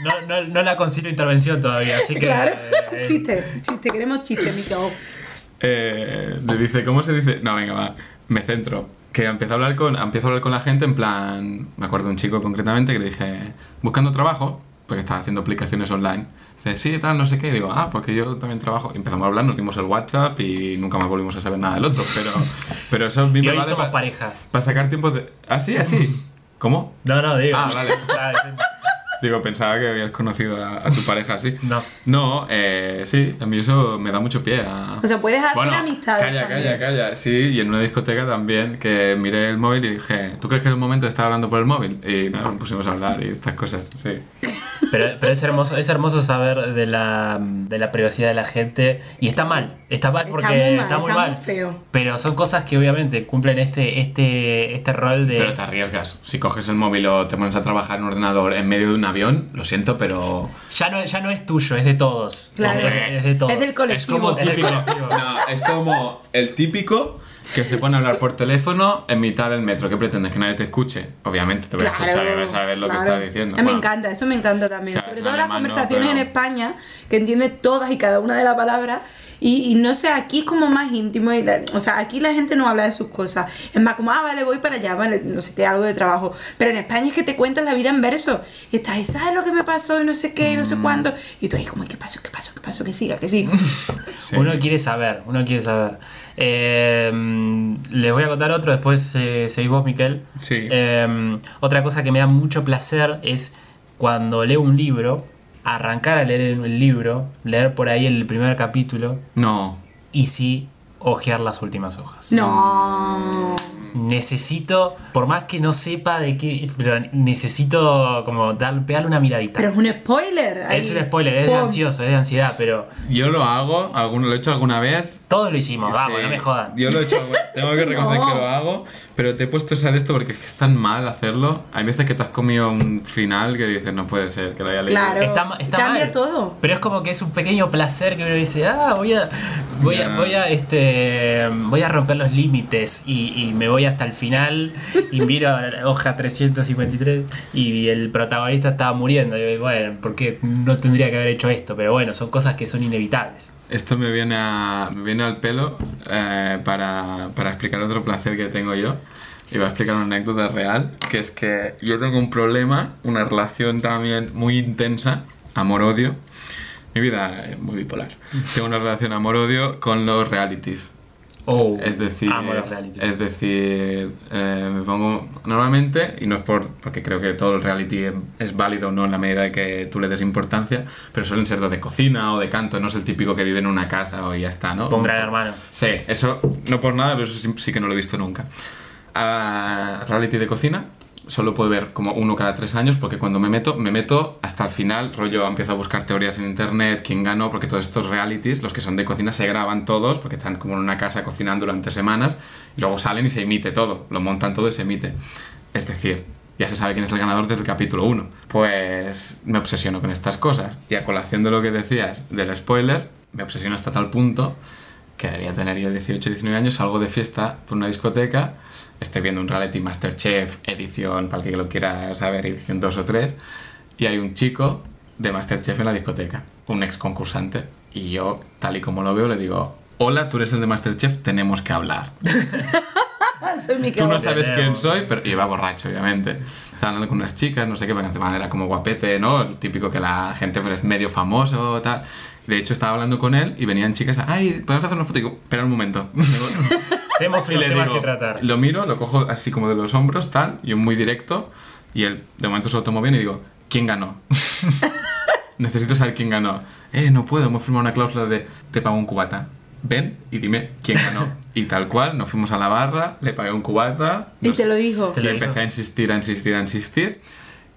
Speaker 2: no, no- no la considero intervención todavía, así que.
Speaker 3: Claro,
Speaker 2: eh,
Speaker 3: chiste, chiste, queremos chiste, Mico.
Speaker 1: Eh, le dice, ¿cómo se dice? No, venga, va, me centro. Que empiezo a hablar con, empiezo a hablar con la gente en plan, me acuerdo de un chico concretamente que le dije, buscando trabajo, porque estaba haciendo aplicaciones online. Dice, sí, tal, no sé qué. Y digo, ah, porque yo también trabajo. Y empezamos a hablar, nos dimos el WhatsApp y nunca más volvimos a saber nada del otro. Pero, pero eso a mí
Speaker 2: Y
Speaker 1: me
Speaker 2: hoy
Speaker 1: va de
Speaker 2: somos
Speaker 1: pa-
Speaker 2: pareja.
Speaker 1: Para sacar tiempos de... Ah, sí, así. ¿Cómo?
Speaker 2: No, no, digo.
Speaker 1: Ah, vale.
Speaker 2: Ah, sí.
Speaker 1: Digo, pensaba que habías conocido a, a tu pareja así.
Speaker 2: No.
Speaker 1: No, eh, sí, a mí eso me da mucho pie a...
Speaker 3: O sea, puedes hacer
Speaker 1: Bueno,
Speaker 3: amistades.
Speaker 1: Calla,
Speaker 3: también.
Speaker 1: calla, calla. Sí, y en una discoteca también, que miré el móvil y dije, ¿tú crees que es el momento de estar hablando por el móvil? Y nada, nos pusimos a hablar y estas cosas, sí.
Speaker 2: Pero, pero es hermoso, es hermoso saber de la, de la privacidad de la gente. Y está mal, está mal
Speaker 3: Está
Speaker 2: porque
Speaker 3: muy mal,
Speaker 2: está muy
Speaker 3: está muy
Speaker 2: mal.
Speaker 3: feo.
Speaker 2: Pero son cosas que obviamente cumplen este, este, este rol de.
Speaker 1: Pero te arriesgas. Si coges el móvil o te pones a trabajar en un ordenador en medio de un avión, lo siento, pero...
Speaker 2: Ya no, ya no es tuyo, es de todos.
Speaker 3: Claro.
Speaker 2: Es, es de todos.
Speaker 3: Es del
Speaker 1: Es como,
Speaker 3: colectivo.
Speaker 1: el típico, no, es como el típico que se pone a hablar por teléfono en mitad del metro. ¿Qué pretendes? ¿Que nadie te escuche? Obviamente te voy a escuchar y vas a ver lo
Speaker 3: claro.
Speaker 1: que estás diciendo.
Speaker 3: A mí
Speaker 1: Bueno,
Speaker 3: Me encanta, eso me encanta también.
Speaker 1: O sea,
Speaker 3: Sobre
Speaker 1: en
Speaker 3: todo las
Speaker 1: alemán no,
Speaker 3: conversaciones
Speaker 1: pero-
Speaker 3: en España, que entiendes todas y cada una de las palabras. Y, y no sé, aquí es como más íntimo. y la- o sea, aquí la gente no habla de sus cosas. Es más como, ah, vale, voy para allá, vale, no sé, te algo de trabajo. Pero en España es que te cuentan la vida en verso. Y estás ahí, ¿sabes lo que me pasó? Y no sé qué, y no
Speaker 1: Mm.
Speaker 3: sé cuánto. Y tú ahí, como, ¿qué pasó? ¿Qué pasó? ¿Qué pasó? Que siga, que siga.
Speaker 1: sí.
Speaker 2: Uno quiere saber, uno quiere saber. Eh, les voy a contar otro, después eh, seguís vos, Miquel.
Speaker 1: Sí.
Speaker 2: Eh, otra cosa que me da mucho placer es cuando leo un libro, arrancar a leer el, el libro, leer por ahí el primer capítulo
Speaker 1: No.
Speaker 2: y sí ojear las últimas hojas.
Speaker 3: No.
Speaker 2: Necesito, por más que no sepa de qué, pero necesito como dar, pegarle una miradita.
Speaker 3: Pero es un spoiler. ahí.
Speaker 2: es un spoiler, es de
Speaker 3: Pum.
Speaker 2: ansioso, es de ansiedad, pero
Speaker 1: Yo lo hago, alguno, lo he hecho alguna vez,
Speaker 2: todos lo hicimos, vamos,
Speaker 1: Sí,
Speaker 2: pues no me jodan.
Speaker 1: Yo lo he hecho, alguna- tengo que reconocer
Speaker 3: No.
Speaker 1: que lo hago, pero te he puesto esa de esto porque es que es tan mal hacerlo. Hay veces que te has comido un final que dices, no puede ser, que lo haya leído.
Speaker 3: Claro.
Speaker 2: Está, ma- está
Speaker 3: Cambia
Speaker 2: mal.
Speaker 3: todo.
Speaker 2: Pero es como que es un pequeño placer que uno dice, ah, voy a. Voy a,
Speaker 1: Ya.
Speaker 2: voy a, este, voy a romper los límites y, y me voy hasta el final y miro a la hoja 353 y el protagonista estaba muriendo. Y yo, bueno, porque no tendría que haber hecho esto, pero bueno, son cosas que son inevitables.
Speaker 1: Esto me viene, a- me viene al pelo eh, para, para explicar otro placer que tengo yo. Y voy a explicar una anécdota real, que es que yo tengo un problema, una relación también muy intensa, amor-odio. Mi vida es muy bipolar. Tengo una relación amor-odio con los realities.
Speaker 2: Oh,
Speaker 1: Es decir,
Speaker 2: amo los reality.
Speaker 1: es decir eh, me pongo normalmente, y no es por, porque creo que todo el reality es, es válido o no en la medida de que tú le des importancia, pero suelen ser los de cocina o de canto, no es el típico que vive en una casa o ya está, ¿no?
Speaker 2: Con Gran Hermano.
Speaker 1: Sí, eso no por nada, pero eso sí, sí que no lo he visto nunca. Ah, reality de cocina, solo puedo ver como uno cada tres años, porque cuando me meto, me meto hasta el final, rollo, empiezo a buscar teorías en internet, quién ganó, porque todos estos realities, los que son de cocina, se graban todos, porque están como en una casa cocinando durante semanas, y luego salen y se emite todo, lo montan todo y se emite. Es decir, ya se sabe quién es el ganador desde el capítulo 1. Pues me obsesiono con estas cosas, y a colación de lo que decías del spoiler, me obsesiono hasta tal punto que debía tener yo 18, 19 años, salgo de fiesta por una discoteca, estoy viendo un reality Masterchef, edición, para el que lo quiera saber, edición 2 o 3, y hay un chico de Masterchef en la discoteca, un ex concursante, y yo, tal y como lo veo, le digo, hola, tú eres el de Masterchef, tenemos que hablar.
Speaker 3: Soy Miquel.
Speaker 1: Tú no sabes quién
Speaker 2: tenemos.
Speaker 1: soy, pero iba borracho, obviamente. Estaba hablando con unas chicas, no sé qué, porque encima era como guapete, ¿no? El típico que la gente pues, es medio famoso, tal. De hecho, estaba hablando con él y venían chicas, ay, ¿podemos hacer una foto? Y digo, espera un momento. Digo,
Speaker 2: Tenemos
Speaker 1: y
Speaker 2: unos
Speaker 1: le
Speaker 2: temas
Speaker 1: digo,
Speaker 2: que tratar.
Speaker 1: Lo miro, lo cojo así como de los hombros, tal, y un muy directo. Y él de momento se lo tomó bien y digo, ¿quién ganó? Necesito saber quién ganó. Eh, no puedo, hemos firmado una cláusula de te pago un cubata. ven y dime quién ganó. Y tal cual, nos fuimos a la barra, le pagué un cubata.
Speaker 3: Y
Speaker 1: nos-
Speaker 3: te lo dijo.
Speaker 2: Te
Speaker 1: y
Speaker 2: lo
Speaker 1: empecé
Speaker 2: dijo.
Speaker 1: a insistir, a insistir, a insistir.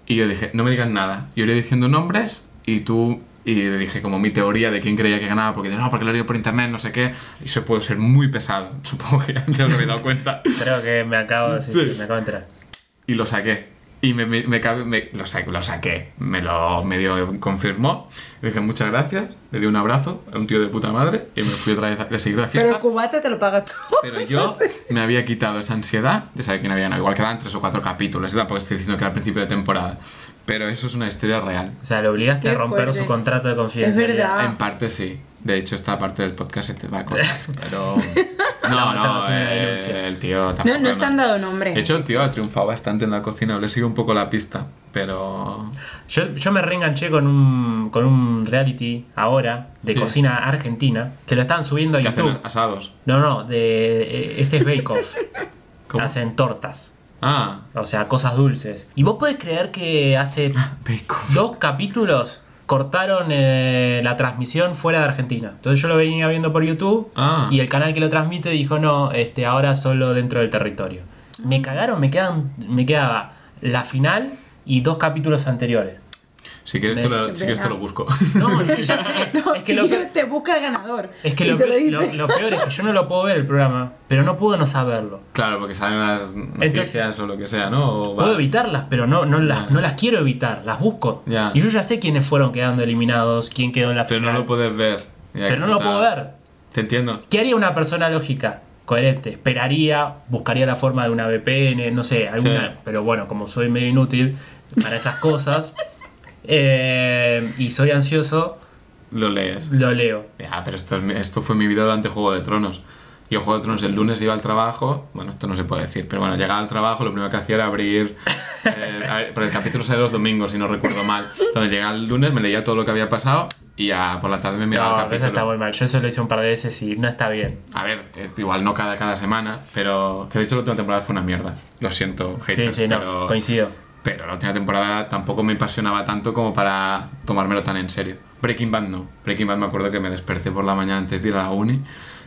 Speaker 1: Y yo dije, no me digas nada. Yo le diciendo nombres y tú. Y le dije como mi teoría de quién creía que ganaba, porque no, porque lo leí por internet, no sé qué. Y eso puede ser muy pesado. Supongo que ya te habré dado cuenta.
Speaker 2: Creo que me acabo, sí, sí, me acabo de enterar.
Speaker 1: Y lo saqué. Y me, me, me cabe- me- lo, sa- lo saqué. Me lo medio confirmó. Le dije muchas gracias. Le di un abrazo a un tío de puta madre. Y me fui otra vez a, le seguí la
Speaker 3: Pero el
Speaker 1: fiesta.
Speaker 3: cubata te lo pagas tú.
Speaker 1: Pero yo me había quitado esa ansiedad de saber quién había ganado. Igual quedaban tres o cuatro capítulos, ¿eh? tampoco estoy diciendo que era al principio de temporada. Pero eso es una historia real.
Speaker 2: O sea, le obligaste a
Speaker 3: Qué
Speaker 2: romper
Speaker 3: fuerte.
Speaker 2: su contrato de
Speaker 3: Es
Speaker 2: confidencialidad.
Speaker 3: verdad.
Speaker 1: En parte sí. De hecho, esta parte del podcast se te va a cortar. Pero. No,
Speaker 2: Lamentamos
Speaker 1: no,
Speaker 2: una
Speaker 1: eh,
Speaker 2: denuncia.
Speaker 1: el tío tampoco.
Speaker 3: No, no se han dado nombre.
Speaker 1: De hecho, el tío ha triunfado bastante en la cocina. Le sigue un poco la pista. Pero.
Speaker 2: Yo, yo me reenganché con un, con un reality ahora de
Speaker 1: Sí.
Speaker 2: cocina argentina que lo están subiendo a
Speaker 1: ¿Qué hacen
Speaker 2: YouTube.
Speaker 1: asados?
Speaker 2: No, no, de, eh, este es Bake Off.
Speaker 1: ¿Cómo?
Speaker 2: Hacen tortas,
Speaker 1: Ah,
Speaker 2: o sea, cosas dulces. ¿Y vos podés creer que hace
Speaker 1: bacon.
Speaker 2: dos capítulos cortaron eh, la transmisión fuera de Argentina? Entonces yo lo venía viendo por YouTube
Speaker 1: Ah.
Speaker 2: y el canal que lo transmite dijo, no, este, ahora solo dentro del territorio. Me cagaron, me, quedan, me quedaba la final y dos capítulos anteriores.
Speaker 1: Si quieres, te lo,
Speaker 3: Ven-
Speaker 1: si quieres te
Speaker 3: ven-
Speaker 1: lo busco.
Speaker 2: No, es que ya sé.
Speaker 3: No,
Speaker 2: es que
Speaker 3: si
Speaker 2: lo
Speaker 3: quieres te busca el ganador.
Speaker 2: Es que
Speaker 3: Y
Speaker 2: lo,
Speaker 3: te lo dice.
Speaker 2: lo- lo peor es que yo no lo puedo ver el programa, pero no puedo no saberlo.
Speaker 1: claro, porque salen las noticias o lo que sea, ¿no? O va-
Speaker 2: Puedo evitarlas, pero no, no, las, no las quiero evitar, las busco.
Speaker 1: Ya.
Speaker 2: Y yo ya sé quiénes fueron quedando eliminados, quién quedó en la
Speaker 1: Pero no
Speaker 2: final.
Speaker 1: lo puedes ver. Ya
Speaker 2: Pero no lo
Speaker 1: está.
Speaker 2: puedo ver.
Speaker 1: Te entiendo.
Speaker 2: ¿Qué haría una persona lógica? Coherente, esperaría, buscaría la forma de una VPN, no sé, alguna.
Speaker 1: Sí.
Speaker 2: Pero bueno, como soy medio inútil para esas cosas eh, y soy ansioso,
Speaker 1: Lo lees.
Speaker 2: lo leo.
Speaker 1: Ya, pero esto, es mi- esto fue mi vida durante Juego de Tronos. Yo Juego de Tronos el lunes iba al trabajo, bueno, esto no se puede decir, pero bueno, llegaba al trabajo, lo primero que hacía era abrir, eh, a ver, pero el capítulo sale los domingos, si no recuerdo mal. Entonces llegaba el lunes, me leía todo lo que había pasado y ya por la tarde me miraba
Speaker 2: No,
Speaker 1: el
Speaker 2: pero eso
Speaker 1: capítulo.
Speaker 2: está muy mal. Yo eso lo hice un par de veces y no está bien.
Speaker 1: A ver, es igual no cada, cada semana, pero que de hecho la última temporada fue una mierda. Lo siento,
Speaker 2: Sí,
Speaker 1: haters,
Speaker 2: sí, no,
Speaker 1: pero,
Speaker 2: coincido.
Speaker 1: pero la última temporada tampoco me apasionaba tanto como para tomármelo tan en serio. Breaking Bad no. Breaking Bad me acuerdo que me desperté por la mañana antes de ir a la uni.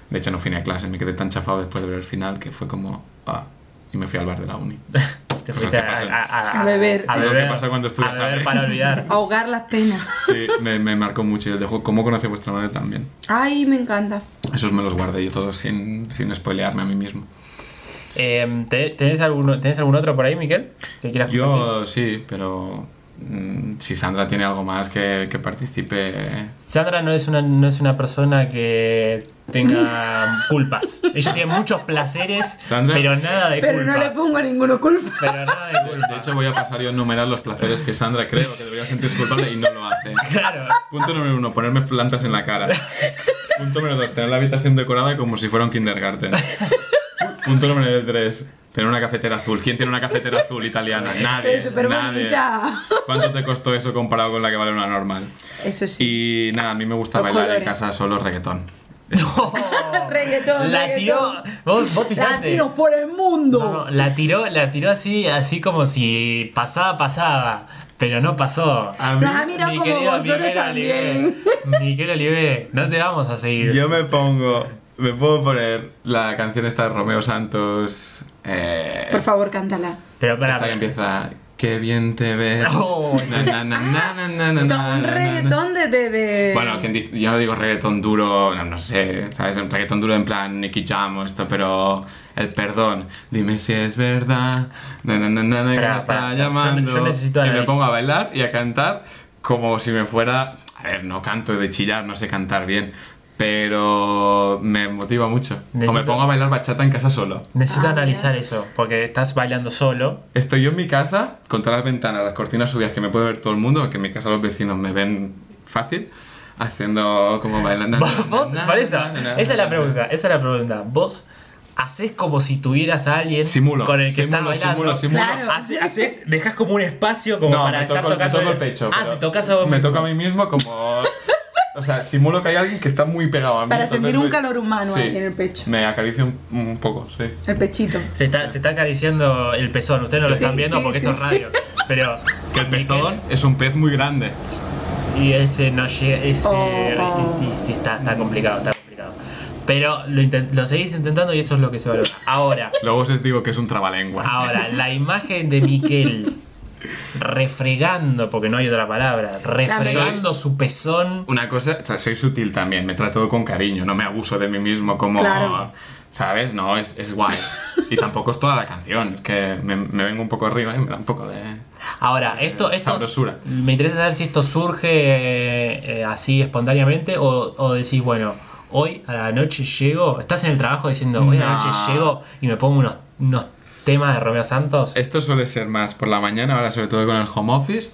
Speaker 1: De hecho no fui ni a clase, me quedé tan chafado después de ver el final que fue como... Ah, y me fui al bar de la uni.
Speaker 2: Te
Speaker 1: Cosas
Speaker 2: fuiste
Speaker 1: que
Speaker 2: a,
Speaker 1: pasan.
Speaker 2: a- a-
Speaker 3: A beber.
Speaker 2: A
Speaker 1: Cosas
Speaker 2: beber,
Speaker 1: que pasan cuando
Speaker 2: a
Speaker 1: estudias,
Speaker 2: beber
Speaker 1: ¿sabes?
Speaker 2: para olvidar.
Speaker 3: Ahogar las penas.
Speaker 1: Sí, me, me marcó mucho y el de "Jo, cómo conoce vuestra madre también.
Speaker 3: Ay, me encanta.
Speaker 1: Esos me los guardé yo todos sin, sin spoilearme a mí mismo.
Speaker 2: Eh, ¿te- ¿tenés, alguno, ¿Tenés algún otro por ahí, Miquel? Que quieras compartir?
Speaker 1: Yo sí, pero mm, si Sandra tiene algo más que, que participe... eh.
Speaker 2: Sandra no es, una, no es una persona que tenga culpas. Ella tiene muchos placeres,
Speaker 1: Sandra-
Speaker 2: pero nada de
Speaker 3: Pero
Speaker 2: culpa.
Speaker 3: no le pongo a ninguno culpa.
Speaker 2: Pero nada de culpa.
Speaker 1: De hecho voy a pasar yo a enumerar los placeres que Sandra creo que debería sentirse culpable y no lo hace.
Speaker 2: claro.
Speaker 1: Punto número uno, ponerme plantas en la cara. Punto número dos, tener la habitación decorada como si fuera un kindergarten. Punto número tres, tener una cafetera azul. ¿Quién tiene una cafetera azul italiana? Nadie.
Speaker 3: Pero súper
Speaker 1: nadie.
Speaker 3: bonita.
Speaker 1: ¿Cuánto te costó eso comparado con la que vale una normal?
Speaker 3: Eso sí.
Speaker 1: Y nada, a mí me gusta
Speaker 3: Los
Speaker 1: bailar en
Speaker 3: colores.
Speaker 1: casa solo reggaetón.
Speaker 3: Reggaetón,
Speaker 2: la tiró.
Speaker 3: reggaetón.
Speaker 2: Vos, vos fijate.
Speaker 3: Latinos por el mundo.
Speaker 2: No, no, la tiró, la tiró así, así como si pasaba, pasaba. Pero no pasó.
Speaker 1: A mí-
Speaker 3: Nos ha mirado
Speaker 2: Mi
Speaker 3: como
Speaker 2: querido
Speaker 3: vosotros
Speaker 2: Miguel Olive,
Speaker 3: también.
Speaker 2: Miguel Olive, no te vamos a seguir.
Speaker 1: Yo me pongo. Me puedo poner la canción esta de Romeo Santos. Eh,
Speaker 3: Por favor, cántala.
Speaker 2: Pero para.
Speaker 1: esta que empieza. Qué bien te ves.
Speaker 2: Oh, sí.
Speaker 1: Na, na, na, na, na, na, na,
Speaker 3: O sea, un
Speaker 1: na, na,
Speaker 3: reggaetón de. de,
Speaker 1: na.
Speaker 3: de-
Speaker 1: Bueno, quien dice- yo no digo reggaetón duro, no, no sé, ¿sabes? Un reggaetón duro en plan Nicky Jam o esto, pero el perdón, dime si es verdad, na, na, na, na, na, que
Speaker 2: Espera,
Speaker 1: me
Speaker 2: espera,
Speaker 1: está
Speaker 2: espera. Yo-
Speaker 1: llamando.
Speaker 2: yo necesito
Speaker 1: y me
Speaker 2: análisis.
Speaker 1: pongo a bailar y a cantar como si me fuera. A ver, no canto de chillar, no sé cantar bien, pero me motiva mucho. O me
Speaker 2: Necesito-
Speaker 1: pongo a bailar bachata en casa solo.
Speaker 2: Necesito
Speaker 3: Ah,
Speaker 2: analizar eso, porque estás bailando solo.
Speaker 1: Estoy yo en mi casa, con todas las ventanas, las cortinas subidas, que me puede ver todo el mundo, que en mi casa los vecinos me ven fácil, haciendo como bailando.
Speaker 2: Eh, Vos, por eso, esa es la pregunta, esa es la pregunta. Vos haces como si tuvieras a alguien
Speaker 1: Simulo,
Speaker 2: con el que
Speaker 1: simulo,
Speaker 2: estás bailando.
Speaker 1: simulo, simulo.
Speaker 3: Claro.
Speaker 2: Hace- hace- dejas como un espacio como
Speaker 1: no,
Speaker 2: para
Speaker 1: me
Speaker 2: estar
Speaker 1: toco, me
Speaker 2: tocando
Speaker 1: toco el pecho.
Speaker 2: Ah,
Speaker 1: pero
Speaker 2: te tocas a vos
Speaker 1: Me
Speaker 2: mismo.
Speaker 1: toco a mí mismo como... O sea, simulo que hay alguien que está muy pegado a mí.
Speaker 3: Para
Speaker 1: entonces
Speaker 3: sentir
Speaker 1: soy-
Speaker 3: un calor humano
Speaker 1: Sí,
Speaker 3: ahí en el pecho.
Speaker 1: Me acaricia un, un poco, sí.
Speaker 3: El pechito.
Speaker 2: Se está, se está acariciando el pezón, ustedes no lo
Speaker 3: Sí,
Speaker 2: están viendo
Speaker 3: sí,
Speaker 2: porque
Speaker 3: sí,
Speaker 2: esto es
Speaker 3: sí.
Speaker 2: radio. Pero.
Speaker 1: Que el
Speaker 2: Miquel-
Speaker 1: pezón es un pez muy grande.
Speaker 2: Y ese no llega, ese
Speaker 3: Oh.
Speaker 2: y- y- y está, está complicado, está complicado. Pero lo, intent- lo seguís intentando y eso es lo que se valora. Ahora,
Speaker 1: Luego os digo que es un trabalenguas.
Speaker 2: ahora, la imagen de Miquel refregando, porque no hay otra palabra, refregando su pezón.
Speaker 1: Una cosa, o sea, soy sutil también, me trato con cariño, no me abuso de mí mismo como...
Speaker 3: Claro.
Speaker 1: ¿Sabes? No, es, es guay. Y tampoco es toda la canción, es que me, me vengo un poco arriba y me da un poco de...
Speaker 2: Ahora, esto, esto
Speaker 1: Eh, Sabrosura.
Speaker 2: me interesa saber si esto surge eh, eh, así espontáneamente o, o decís, bueno, hoy a la noche llego, estás en el trabajo diciendo, hoy a la noche
Speaker 1: No.
Speaker 2: llego y me pongo unos, unos temas de Romeo Santos.
Speaker 1: Esto suele ser más por la mañana, ahora sobre todo con el home office,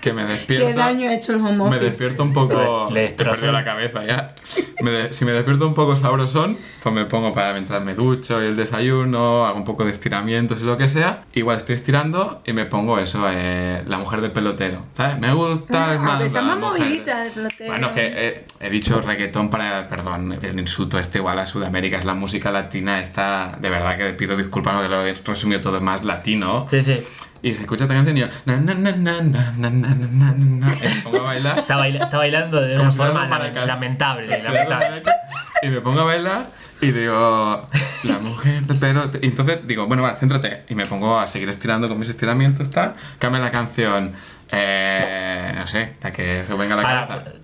Speaker 1: que me despierto...
Speaker 3: ¿Qué daño ha hecho el home
Speaker 1: Me
Speaker 3: office?
Speaker 1: despierto un poco...
Speaker 2: Le- le
Speaker 1: he
Speaker 2: destrozó.
Speaker 1: perdido la cabeza ya. Me de- si me despierto un poco sabrosón, pues me pongo para mientras me ducho y el desayuno, hago un poco de estiramientos y lo que sea. Igual estoy estirando y me pongo eso, eh, la mujer del pelotero, ¿sabes? Me gusta el
Speaker 3: Ah,
Speaker 1: mando,
Speaker 3: esa
Speaker 1: la
Speaker 3: más
Speaker 1: mujer.
Speaker 3: movida, el pelotero.
Speaker 1: Bueno, es que eh, he dicho reggaetón para... Perdón, el insulto este igual a Sudamérica, es la música latina esta... De verdad que pido disculpas porque lo he resumido todo más latino.
Speaker 2: Sí, sí.
Speaker 1: Y se escucha esta canción y yo... Na, na, na, na, na, na, na, na, na, na, y me pongo a bailar.
Speaker 2: Está, baila- está bailando de
Speaker 1: Como
Speaker 2: una
Speaker 1: si fuera
Speaker 2: forma
Speaker 1: un
Speaker 2: lame-
Speaker 1: maracas.
Speaker 2: lamentable,
Speaker 1: Le doy la
Speaker 2: lamentable.
Speaker 1: maraca Y me pongo a bailar y digo, la mujer, pero. Y entonces digo, bueno, va, céntrate. Y me pongo a seguir estirando con mis estiramientos, tal. Cambia la canción. Eh, no sé, la que se os venga a la
Speaker 2: Ahora, pues-
Speaker 1: cabeza.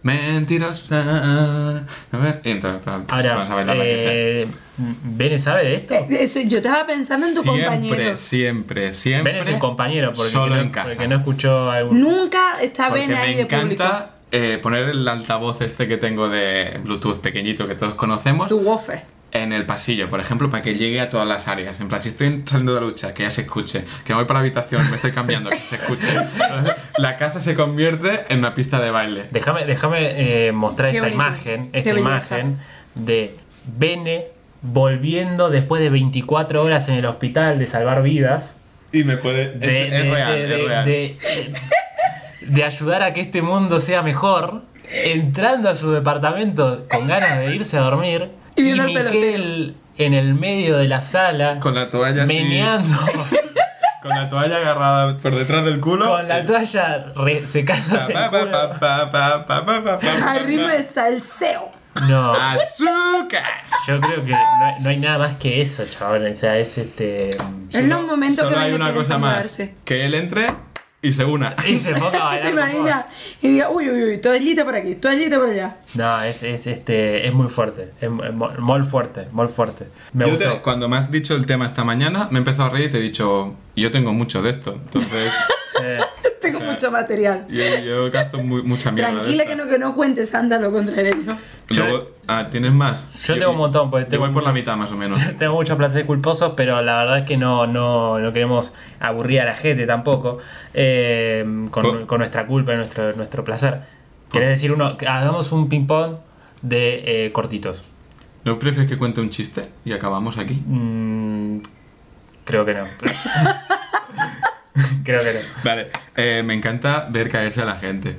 Speaker 1: Mentirosa. A ver, Y entonces, pues,
Speaker 2: Ahora,
Speaker 1: vamos a bailar la que sea.
Speaker 2: eh, ¿Bene sabe de esto?
Speaker 3: Eh, Eso, yo estaba pensando en tu compañero.
Speaker 1: Siempre, siempre, siempre.
Speaker 2: Bene es el compañero, porque,
Speaker 1: solo
Speaker 2: no,
Speaker 1: en casa.
Speaker 2: porque no escuchó algún...
Speaker 3: Nunca está
Speaker 1: Porque
Speaker 3: Ben ahí
Speaker 1: me
Speaker 3: de público.
Speaker 1: encanta eh, poner el altavoz este que tengo de Bluetooth pequeñito que todos conocemos.
Speaker 3: Su woofer.
Speaker 1: en el pasillo, por ejemplo, para que llegue a todas las áreas. En plan, si estoy saliendo de la ducha, que ya se escuche. Que voy para la habitación, me estoy cambiando, que se escuche. La casa se convierte en una pista de baile.
Speaker 2: Déjame, déjame eh, mostrar
Speaker 3: Qué
Speaker 2: esta
Speaker 3: bonito.
Speaker 2: imagen,
Speaker 3: Qué
Speaker 2: esta
Speaker 3: belleza.
Speaker 2: imagen de Bene volviendo después de 24 horas en el hospital de salvar vidas,
Speaker 1: Y me puede...
Speaker 2: de,
Speaker 1: es,
Speaker 2: de-
Speaker 1: es
Speaker 2: de-
Speaker 1: real,
Speaker 2: de-
Speaker 1: es real.
Speaker 2: de- de ayudar a que este mundo sea mejor, entrando a su departamento con ganas de irse a dormir
Speaker 3: Y
Speaker 2: y
Speaker 3: viendo al
Speaker 2: Miquel en el medio de la sala
Speaker 1: Con la toalla así,
Speaker 2: meneando
Speaker 1: Con la toalla agarrada por detrás del culo.
Speaker 2: con la toalla re- secándose el
Speaker 1: Pa, pa,
Speaker 2: culo.
Speaker 1: pa, pa, pa, pa, pa, pa, pa,
Speaker 3: Al ritmo
Speaker 1: pa.
Speaker 3: de salseo.
Speaker 2: No.
Speaker 1: ¡Azúcar!
Speaker 2: Yo creo que no hay, no hay nada más que eso, chaval. O sea, es este.
Speaker 3: Es los momentos
Speaker 1: Solo
Speaker 3: que
Speaker 1: hay
Speaker 3: Bene
Speaker 1: una
Speaker 3: tiene
Speaker 1: cosa
Speaker 3: para
Speaker 1: más. Ah,
Speaker 3: moverse.
Speaker 1: Que él entre y se una.
Speaker 2: Y se ponga a bailar. con
Speaker 3: ¿Te imaginas? Y diga, uy, uy, uy, toallita por aquí, toallita por allá.
Speaker 2: vos. No, es, es, este, es muy fuerte. Es mu- mu- muy fuerte, muy fuerte. Me
Speaker 1: Yo
Speaker 2: gustó.
Speaker 1: te- cuando me has dicho el tema esta mañana, me he empezado a reír y te he dicho, yo tengo mucho de esto. Entonces,
Speaker 2: Sí.
Speaker 3: Tengo
Speaker 1: O sea,
Speaker 3: mucho material.
Speaker 1: yo, yo gasto mu- mucha mierda. de
Speaker 3: Tranquila
Speaker 1: esta.
Speaker 3: que no, que no cuentes sándalo contra el ello.
Speaker 1: Luego, ah, ¿tienes más?
Speaker 2: Yo tengo un montón, pues,
Speaker 1: yo
Speaker 2: tengo
Speaker 1: voy por la mitad más o menos.
Speaker 2: Tengo muchos placeres culposos, pero la verdad es que no, no, no queremos aburrir a la gente tampoco eh, con,
Speaker 1: Por-
Speaker 2: con nuestra culpa y nuestro, nuestro placer. ¿Querés decir uno? Hagamos un ping-pong de eh, cortitos.
Speaker 1: ¿No prefieres que cuente un chiste y acabamos aquí?
Speaker 2: Mm, creo que no. creo que no.
Speaker 1: Vale, eh, me encanta ver caerse a la gente.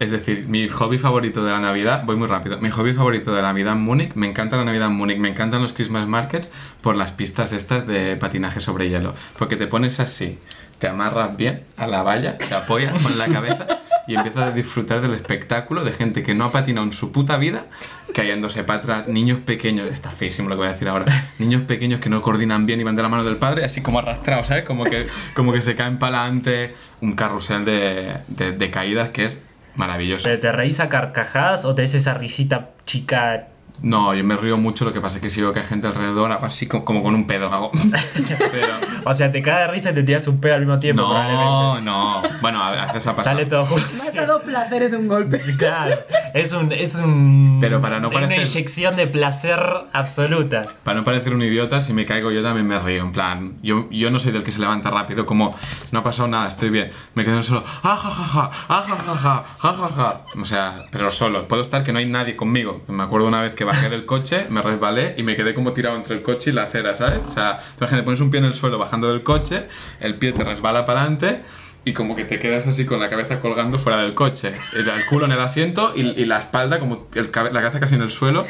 Speaker 1: Es decir, mi hobby favorito de la Navidad, voy muy rápido, mi hobby favorito de la Navidad en Múnich, me encanta la Navidad en Múnich, me encantan los Christmas Markets por las pistas estas de patinaje sobre hielo. Porque te pones así, te amarras bien a la valla, te apoyas con la cabeza y empiezas a disfrutar del espectáculo de gente que no ha patinado en su puta vida, cayéndose para atrás, niños pequeños, está feísimo lo que voy a decir ahora, niños pequeños que no coordinan bien y van de la mano del padre, así como arrastrados, ¿sabes? Como que, como que se caen para adelante, un carrusel de, de- de caídas que es maravilloso.
Speaker 2: ¿Pero te reís a carcajadas o te des esa risita chica?
Speaker 1: No, yo me río mucho, lo que pasa es que si veo que hay gente alrededor, hago así co- como con un pedo, hago... Pero...
Speaker 2: O sea, te cae de risa y te tiras un pedo al mismo tiempo.
Speaker 1: No,
Speaker 2: probablemente.
Speaker 1: no. Bueno, a- a veces ha pasado.
Speaker 2: Sale todo junto.
Speaker 3: Basta dos placeres de un golpe.
Speaker 2: Claro, es un, es un.
Speaker 1: Pero para no
Speaker 2: Una
Speaker 1: parecer-
Speaker 2: inyección de placer absoluta.
Speaker 1: Para no parecer un idiota, si me caigo yo también me río. En plan, yo, yo no soy del que se levanta rápido, como no ha pasado nada, estoy bien. Me quedo solo, ah, ja, ja, ja, ah, ja, ja, ja, ja, ja, ja. O sea, pero solo. Puedo estar que no hay nadie conmigo. Me acuerdo una vez que bajé del coche, me resbalé y me quedé como tirado entre el coche y la acera, ¿sabes? O sea, imagínate, pones un pie en el suelo bajando del coche, el pie te resbala para adelante. Y como que te quedas así con la cabeza colgando fuera del coche. El el culo en el asiento y, y la espalda, como el cabe- la cabeza casi en el suelo.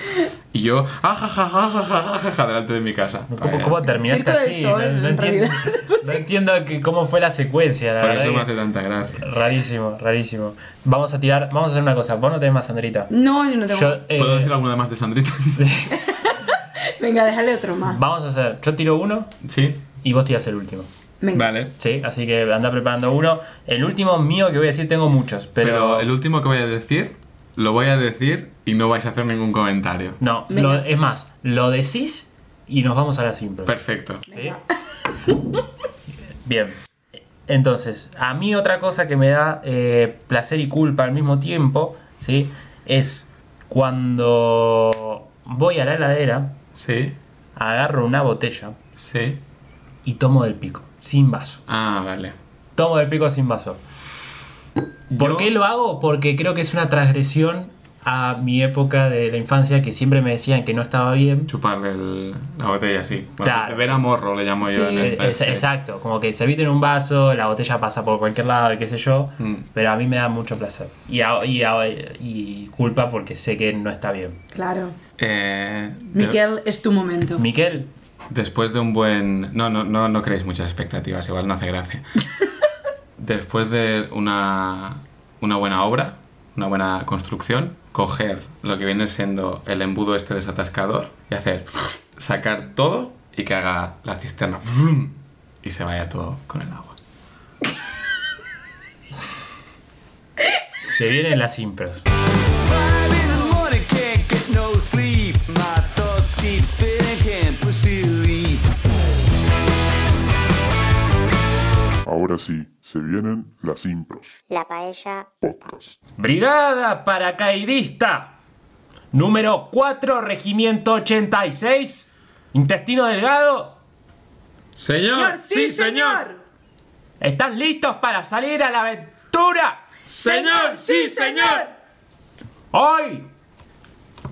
Speaker 1: Y yo, "Ah, ajajajajajajaja, delante de mi casa.
Speaker 2: ¿Cómo, cómo terminaste
Speaker 3: Circo del
Speaker 2: así?
Speaker 3: Sol,
Speaker 2: no, no
Speaker 3: en
Speaker 2: entiendo,
Speaker 3: realidad.
Speaker 2: no entiendo que- cómo fue la secuencia. La
Speaker 1: Por
Speaker 2: verdad
Speaker 1: eso me
Speaker 2: que-
Speaker 1: hace tanta gracia.
Speaker 2: Rarísimo, rarísimo. Vamos a tirar, vamos a hacer una cosa. Vos no tenés más, Sandrita.
Speaker 3: No, yo no tengo.
Speaker 2: Yo, eh,
Speaker 1: ¿Puedo decir alguna más de Sandrita?
Speaker 3: Venga, déjale otro más.
Speaker 2: Vamos a hacer, yo tiro uno
Speaker 1: Sí.
Speaker 2: y vos tirás el último.
Speaker 3: Venga.
Speaker 1: Vale.
Speaker 2: Sí, así que anda preparando uno. El último mío que voy a decir, tengo muchos, pero.
Speaker 1: Pero el último que voy a decir, lo voy a decir y no vais a hacer ningún comentario.
Speaker 2: No,
Speaker 3: Venga.
Speaker 2: lo- es más, lo decís y nos vamos a la simple.
Speaker 1: Perfecto.
Speaker 2: ¿Sí? Bien. Entonces, a mí otra cosa que me da eh, placer y culpa al mismo tiempo, ¿sí? Es cuando voy a la heladera,
Speaker 1: Sí.
Speaker 2: agarro una botella
Speaker 1: Sí.
Speaker 2: y tomo del pico, sin vaso.
Speaker 1: Ah, vale.
Speaker 2: Tomo del pico sin vaso. ¿Por
Speaker 1: Yo-
Speaker 2: qué lo hago? Porque creo que es una transgresión a mi época de la infancia que siempre me decían que no estaba bien.
Speaker 1: Chuparle el- la botella, sí. Bueno,
Speaker 2: Claro.
Speaker 1: Beber a morro le llamo yo.
Speaker 3: Sí.
Speaker 1: en
Speaker 2: Eh,
Speaker 1: el-
Speaker 2: es-
Speaker 1: sí.
Speaker 2: Exacto, como que servite en un vaso, la botella pasa por cualquier lado y qué sé yo,
Speaker 1: Mm.
Speaker 2: pero a mí me da mucho placer. Y, a- y, a- y culpa porque sé que no está bien.
Speaker 3: Claro.
Speaker 1: Eh, de-
Speaker 3: Miquel, es tu momento.
Speaker 2: Miquel,
Speaker 1: Después de un buen... No, no, no, no creéis muchas expectativas, igual no hace gracia. Después de una, una buena obra, una buena construcción, coger lo que viene siendo el embudo este desatascador y hacer... Sacar todo y que haga la cisterna ¡vrum! y se vaya todo con el agua.
Speaker 2: se vienen las impros.
Speaker 4: Five in the morning, can't get no sleep. My thoughts keep spinning, can't push delete.
Speaker 5: Ahora sí, se vienen las impros.
Speaker 6: La paella
Speaker 5: Podcast.
Speaker 2: Brigada Paracaidista, número 4, Regimiento 86, Intestino Delgado.
Speaker 1: Señor, sí, señor.
Speaker 2: ¿Están listos para salir a la aventura?
Speaker 1: Señor, sí, señor.
Speaker 2: Hoy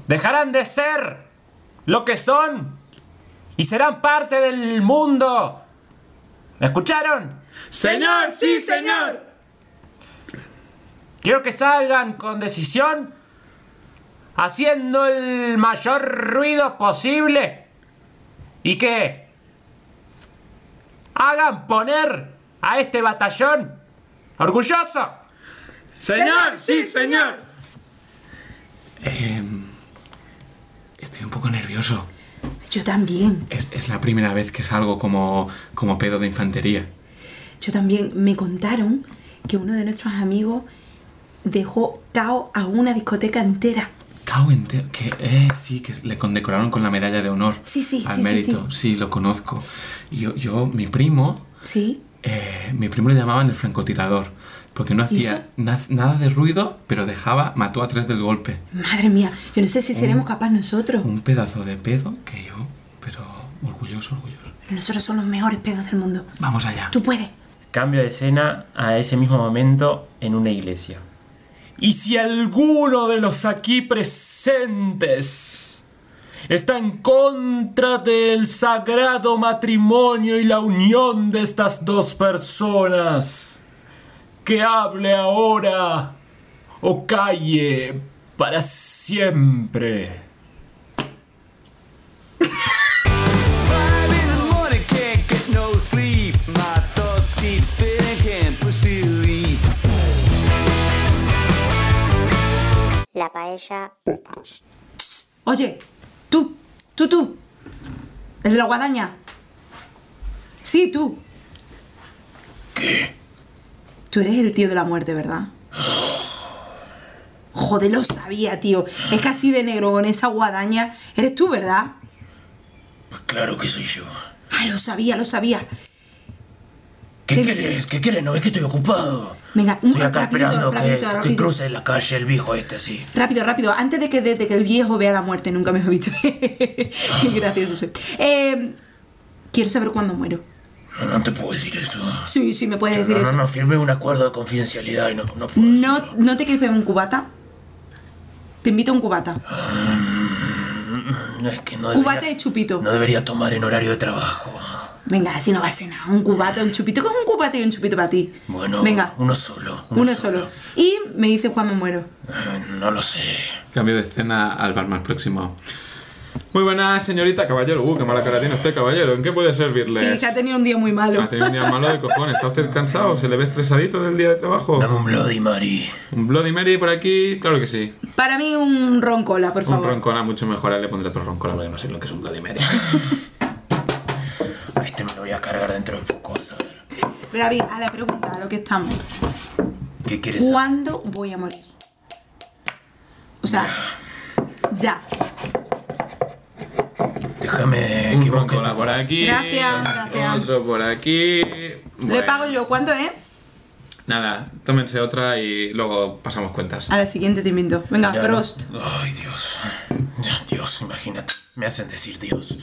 Speaker 2: dejarán de ser lo que son y serán parte del mundo. ¿Me escucharon?
Speaker 1: Señor, sí, señor.
Speaker 2: Quiero que salgan con decisión, haciendo el mayor ruido posible y que hagan poner a este batallón orgulloso.
Speaker 1: Señor, sí, señor. Em, estoy un poco nervioso.
Speaker 3: Yo también.
Speaker 1: Es, es la primera vez que salgo como, como pedo de infantería.
Speaker 3: Yo también. Me contaron que uno de nuestros amigos dejó cao a una discoteca entera.
Speaker 1: Cao entero. Que, eh, sí, que le condecoraron con la medalla de honor.
Speaker 3: Sí, sí,
Speaker 1: Al
Speaker 3: sí, sí,
Speaker 1: mérito. Sí, lo conozco. Yo, yo mi primo.
Speaker 3: Sí.
Speaker 1: eh, mi primo le llamaban el francotirador. Porque no
Speaker 3: ¿Y
Speaker 1: hacía
Speaker 3: eso?
Speaker 1: na- nada de ruido, pero dejaba. Mató a tres del golpe.
Speaker 3: Madre mía, yo no sé si seremos capaces nosotros.
Speaker 1: Un pedazo de pedo que yo. Pero orgulloso, orgulloso.
Speaker 3: Pero nosotros somos los mejores pedos del mundo.
Speaker 1: Vamos allá.
Speaker 3: Tú puedes.
Speaker 2: Cambio de escena a ese mismo momento en una iglesia. Y si alguno de los aquí presentes está en contra del sagrado matrimonio y la unión de estas dos personas, que hable ahora o calle para siempre.
Speaker 4: Five in the morning, can't get no sleep. My thoughts keep spinning, can't push delete.
Speaker 6: la paella
Speaker 5: Podcast.
Speaker 3: Oye, tú, tú, tú. El de la guadaña. Sí, tú. ¿Qué? Tú eres el tío de la muerte, ¿verdad? Joder, lo sabía, tío. Es casi de negro con esa guadaña. Eres tú, ¿verdad?
Speaker 2: Pues Claro que soy yo.
Speaker 3: Ah, lo sabía, lo sabía.
Speaker 2: ¿Qué
Speaker 3: Sí.
Speaker 2: quieres? ¿Qué quieres? No ves que estoy ocupado.
Speaker 3: Venga, un-
Speaker 2: Estoy acá
Speaker 3: rápido,
Speaker 2: esperando que-
Speaker 3: rápido,
Speaker 2: que,
Speaker 3: rápido.
Speaker 2: cruce la calle el viejo este, sí.
Speaker 3: Rápido, rápido, antes de que, de, de que el viejo vea la muerte, nunca mejor dicho. Qué gracioso soy. Eh, quiero saber cuándo muero.
Speaker 2: No, no te puedo decir eso.
Speaker 3: Sí, sí, me puedes
Speaker 2: No,
Speaker 3: decir
Speaker 2: no,
Speaker 3: eso.
Speaker 2: no, firmé un acuerdo de confidencialidad y no, no puedo
Speaker 3: No,
Speaker 2: decirlo.
Speaker 3: ¿No te quieres beber un cubata? Te invito a un cubata.
Speaker 2: No, es que no debería,
Speaker 3: Cubata y chupito.
Speaker 2: no debería tomar en horario de trabajo.
Speaker 3: Venga, así no va a ser nada. Un cubata, un chupito. ¿Qué es un cubata y un chupito para ti?
Speaker 2: Bueno,
Speaker 3: Venga,
Speaker 2: uno solo.
Speaker 3: uno, solo. Y me dice Juan me muero.
Speaker 2: Eh, No lo sé.
Speaker 1: Cambio de escena al bar más próximo. Muy buenas, señorita caballero. Uh, qué mala cara tiene usted, caballero. ¿En qué puede servirle?
Speaker 3: Sí, que ha tenido un día muy malo.
Speaker 1: Ha tenido un día malo de cojones. ¿Está usted cansado? ¿Se le ve estresadito del día de trabajo?
Speaker 7: un Bloody Mary.
Speaker 1: ¿Un Bloody Mary por aquí? Claro que sí.
Speaker 3: Para mí un roncola, por
Speaker 1: Un
Speaker 3: favor.
Speaker 1: roncola mucho mejor. Ahora le pondré otro roncola porque no sé lo que es un Bloody Mary.
Speaker 7: Este me lo voy a cargar dentro de poco, vas a ver.
Speaker 3: Pero David, a la pregunta, a lo que estamos.
Speaker 7: ¿Qué quieres saber?
Speaker 3: ¿Cuándo voy a morir? O sea, ya.
Speaker 7: Déjame
Speaker 1: Un
Speaker 7: que busque
Speaker 1: roncola por aquí.
Speaker 3: Gracias, gracias.
Speaker 1: Otro por aquí.
Speaker 3: Le
Speaker 1: Bueno,
Speaker 3: pago yo. eh? ¿Cuánto es?
Speaker 1: Nada, tómense otra y luego pasamos cuentas.
Speaker 3: A la siguiente te invito. Venga,
Speaker 7: Mira, no-
Speaker 3: Prost.
Speaker 7: Ay, Dios. Ya, Dios, imagínate. Me hacen decir Dios.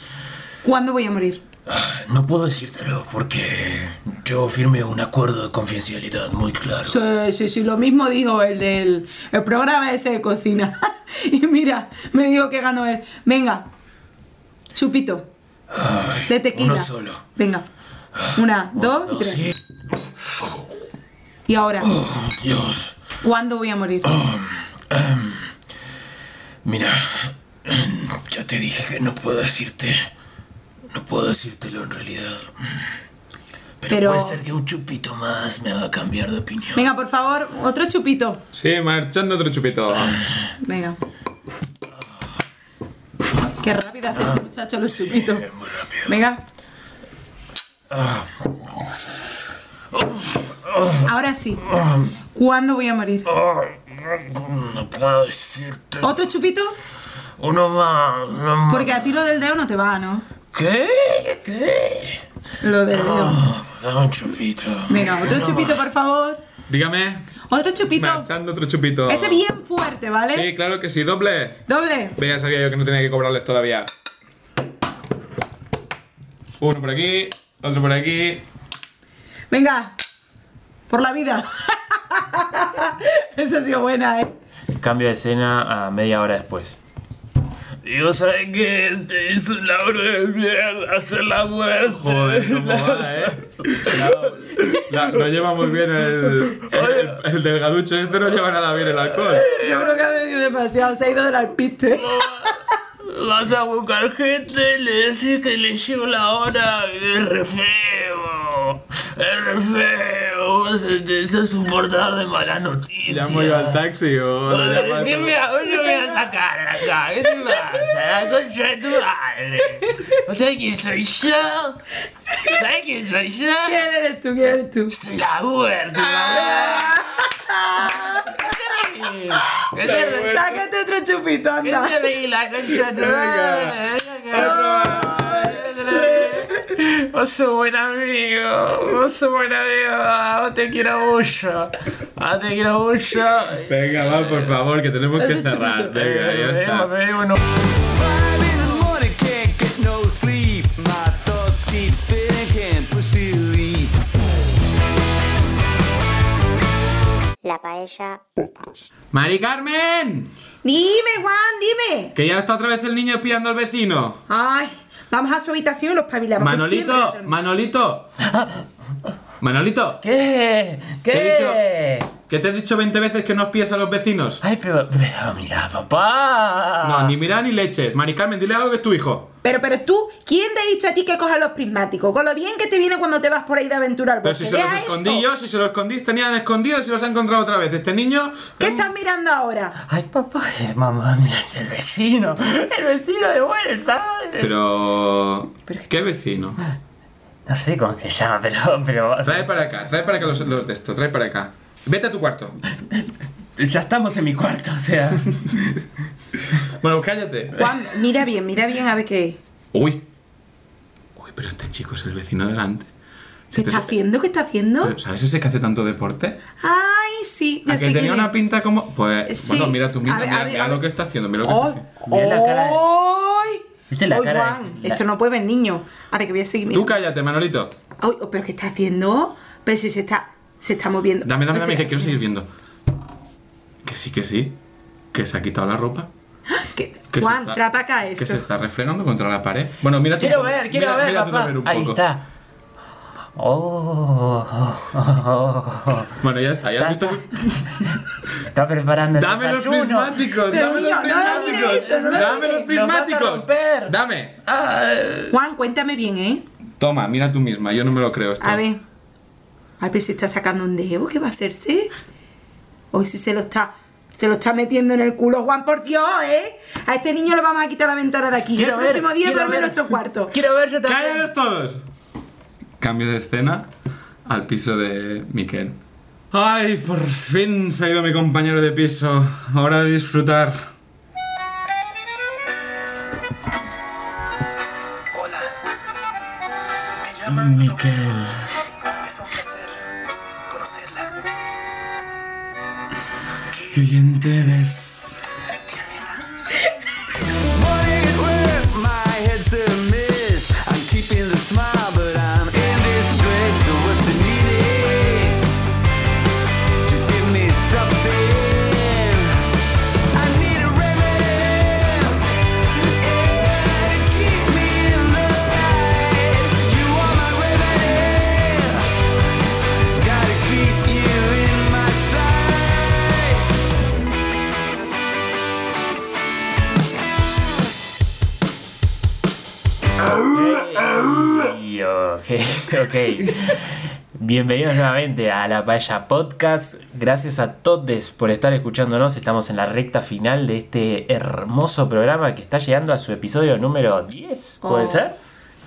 Speaker 3: ¿Cuándo voy a morir?
Speaker 7: Ah, No puedo decírtelo porque yo firmé un acuerdo de confidencialidad muy claro.
Speaker 3: Sí, sí, sí, lo mismo dijo el del el programa ese de cocina. y mira, me dijo que ganó él. Venga, chupito
Speaker 7: Ay,
Speaker 3: de tequila.
Speaker 7: Uno solo.
Speaker 3: Venga, una, dos y
Speaker 7: Dos,
Speaker 3: tres.
Speaker 7: Ah, sí.
Speaker 3: Y ahora,
Speaker 7: Oh, Dios.
Speaker 3: ¿cuándo voy a morir?
Speaker 7: Oh. Mira, ya te dije que no puedo decirte. No puedo decírtelo en realidad. Pero,
Speaker 3: Pero-
Speaker 7: puede ser que un chupito más me haga cambiar de opinión.
Speaker 3: Venga, por favor, otro chupito.
Speaker 1: Sí, marchando otro chupito.
Speaker 3: Ah. Venga. Qué rápido hace el muchacho los chupitos.
Speaker 7: Es muy rápido.
Speaker 3: Venga. Ahora sí. ¿Cuándo voy a morir?
Speaker 7: Ay, No puedo decirte.
Speaker 3: ¿Otro chupito?
Speaker 7: Uno más. uno más.
Speaker 3: Porque a ti lo del dedo no te va, ¿no?
Speaker 7: ¿Qué? ¿Qué?
Speaker 3: Lo del dedo.
Speaker 7: Ah, dame un chupito.
Speaker 3: Venga, otro
Speaker 7: Uno
Speaker 3: chupito,
Speaker 7: más.
Speaker 3: por favor.
Speaker 1: Dígame.
Speaker 3: Otro chupito.
Speaker 1: Marchando otro chupito.
Speaker 3: Este bien fuerte, ¿vale?
Speaker 1: Sí, claro que sí, doble.
Speaker 3: Doble.
Speaker 1: Ve, Ya sabía yo que no tenía que cobrarles todavía. Uno por aquí, otro por aquí.
Speaker 3: Venga. Por la vida. Esa ha sido buena, ¿eh?
Speaker 7: Cambio de escena a media hora después. Digo, ¿sabes qué? Este Te hice una obra de mierda, hacer la muerte.
Speaker 1: Joder, cómo va, eh. La- no lleva muy bien el, el, el delgaducho, este no lleva nada bien el alcohol.
Speaker 3: Yo creo que ha bebido demasiado. Se ha ido del alpiste.
Speaker 7: Vas a buscar gente y le decís que le llevo la hora. Es re feo. Es re feo. Vos te haces un portador de malas noticias.
Speaker 1: Llamo yo al taxi o lo llamo al-
Speaker 7: ¿Qué me, hoy no me vas a sacar acá? ¿Qué te pasa? Concha de tu madre. ¿No sabes quién soy yo? ¿Sabes quién soy yo?
Speaker 3: ¿Quién eres tú? ¿Quién eres tú?
Speaker 7: Soy la muerte, la ¿Qué te reí?
Speaker 3: Sácate otro chupito,
Speaker 7: ¿Qué
Speaker 3: anda.
Speaker 7: te reí? La concha de tu madre. Vos sos buen amigo, vos sos buen amigo, vos te quiero mucho, vos te quiero mucho.
Speaker 1: Venga, va, por favor, que tenemos que
Speaker 3: Otro
Speaker 1: cerrar.
Speaker 3: chupito.
Speaker 1: Venga, ya está.
Speaker 7: Eh,
Speaker 4: Five in the morning, can't get no sleep. My thoughts keep spinning, can't push delete.
Speaker 6: la paella,
Speaker 8: Podcast.
Speaker 1: ¡Mari Carmen!
Speaker 3: Dime, Juan, dime.
Speaker 1: Que ya está otra vez el niño espiando al vecino.
Speaker 3: Ay, vamos a su habitación y los pavilamos. que
Speaker 1: Manolito,
Speaker 3: siempre-
Speaker 1: Manolito. Manolito,
Speaker 7: ¿Qué?
Speaker 1: Te
Speaker 7: ¿Qué?
Speaker 1: que te he dicho 20 veces que no espías a los vecinos.
Speaker 7: Ay, ah. pero, pero mira, papá.
Speaker 1: No, ni mirar ni leches. Mari Carmen, dile algo que es tu hijo.
Speaker 3: Pero, pero tú, ¿quién te ha dicho a ti que cojas los prismáticos? Con lo bien que te viene cuando te vas por ahí de aventura al
Speaker 1: Pero
Speaker 3: bosque.
Speaker 1: si se los
Speaker 3: Vea eso.
Speaker 1: escondí yo, si se los escondí, tenían escondidos y los ha encontrado otra vez. Este niño.
Speaker 3: ¿Qué estás mirando ahora?
Speaker 7: Ay, papá, ay, mamá, mira, es el vecino. El vecino de vuelta.
Speaker 1: Pero. ¿Qué vecino?
Speaker 7: No sé cómo se llama, pero, pero
Speaker 1: Trae para acá, trae para acá los, los de esto, trae para acá. Vete a tu cuarto.
Speaker 7: ya estamos en mi cuarto, o sea.
Speaker 1: Bueno, cállate.
Speaker 3: Juan, mira bien, mira bien a ver qué es.
Speaker 1: Uy. Uy, pero este chico es el vecino delante.
Speaker 3: ¿Qué está haciendo? ¿Qué está haciendo?
Speaker 1: ¿Sabes ese que hace tanto deporte?
Speaker 3: Ay, sí, ya
Speaker 1: A
Speaker 3: sé
Speaker 1: que tenía
Speaker 3: quién
Speaker 1: una
Speaker 3: es. Eh,
Speaker 1: pinta como. Pues,
Speaker 3: Sí.
Speaker 1: bueno, mira tú, mira,
Speaker 3: A ver,
Speaker 1: mira,
Speaker 3: a ver,
Speaker 1: mira
Speaker 3: a
Speaker 1: lo
Speaker 3: ver. Oh,
Speaker 1: que está haciendo, mira lo que
Speaker 3: ¡Ay!
Speaker 1: está haciendo.
Speaker 7: Mira la cara de-
Speaker 3: ¡Ay!
Speaker 7: ¿Viste la
Speaker 3: Ay,
Speaker 7: cara de-
Speaker 3: Juan,
Speaker 7: la-
Speaker 3: esto no puede ver, niño. A ver, que voy a seguir
Speaker 1: Tú
Speaker 3: mirando.
Speaker 1: cállate, Manolito.
Speaker 3: Ay, oh, pero ¿qué está haciendo? Pero si se está, se está moviendo.
Speaker 1: Dame, dame,
Speaker 3: O
Speaker 1: dame,
Speaker 3: sea,
Speaker 1: que quiero seguir viendo. Que sí, que sí. Que se ha quitado la ropa.
Speaker 3: que-
Speaker 1: Que se
Speaker 3: Juan,
Speaker 1: está-
Speaker 3: trapa acá
Speaker 1: Que se
Speaker 3: eso.
Speaker 1: está refregando contra la pared. Bueno, mira tú.
Speaker 7: Quiero
Speaker 1: un poco-
Speaker 7: ver, quiero
Speaker 1: mira-
Speaker 7: ver,
Speaker 1: mira tú
Speaker 7: papá.
Speaker 1: también un
Speaker 7: Ahí
Speaker 1: poco.
Speaker 7: está.
Speaker 2: Oh,
Speaker 1: Bueno, ya está, ya has
Speaker 2: Está-
Speaker 1: visto-
Speaker 2: Está preparando el
Speaker 1: Dame los
Speaker 2: desayuno.
Speaker 1: prismáticos,
Speaker 3: Pero
Speaker 1: dame
Speaker 3: mío,
Speaker 1: los
Speaker 3: no, mira
Speaker 1: prismáticos,
Speaker 3: eso, no lo
Speaker 1: dame los
Speaker 2: mires, lo vas a
Speaker 1: prismáticos.
Speaker 2: romper.
Speaker 1: Dame.
Speaker 3: Juan, cuéntame bien, ¿eh?
Speaker 1: Toma, mira tú misma, yo no me lo creo esto.
Speaker 3: A ver. Ay, pero si está sacando un dedo, ¿qué va a hacerse? Hoy sí se lo está. Se lo está metiendo en el culo, Juan, por Dios, ¿eh? A este niño le vamos a quitar la ventana de aquí.
Speaker 2: Quiero
Speaker 3: el
Speaker 2: ver,
Speaker 3: próximo día
Speaker 2: quiero
Speaker 3: duerme
Speaker 2: ver.
Speaker 3: en nuestro cuarto.
Speaker 2: Quiero ver yo también.
Speaker 1: ¡Cállanos todos! Cambio de escena al piso de Miquel. ¡Ay, por fin se ha ido mi compañero de piso! Hora de disfrutar.
Speaker 9: Hola. Me llamo
Speaker 2: Miquel.
Speaker 9: Es un placer conocerla.
Speaker 1: ¡Qué bien te ves!
Speaker 4: Morning at work, my head's a mess. I'm keeping the smile, but I'm in distress. So what's the need? Just give me something. I need a remedy. Yeah, to keep me in the light. You are my remedy. Gotta keep you in my sight.
Speaker 2: Y ok, ok. Bienvenidos nuevamente a la Paella Podcast. Gracias a todos por estar escuchándonos. Estamos en la recta final de este hermoso programa que está llegando a su episodio número 10. ¿Puede
Speaker 3: Oh.
Speaker 2: ser?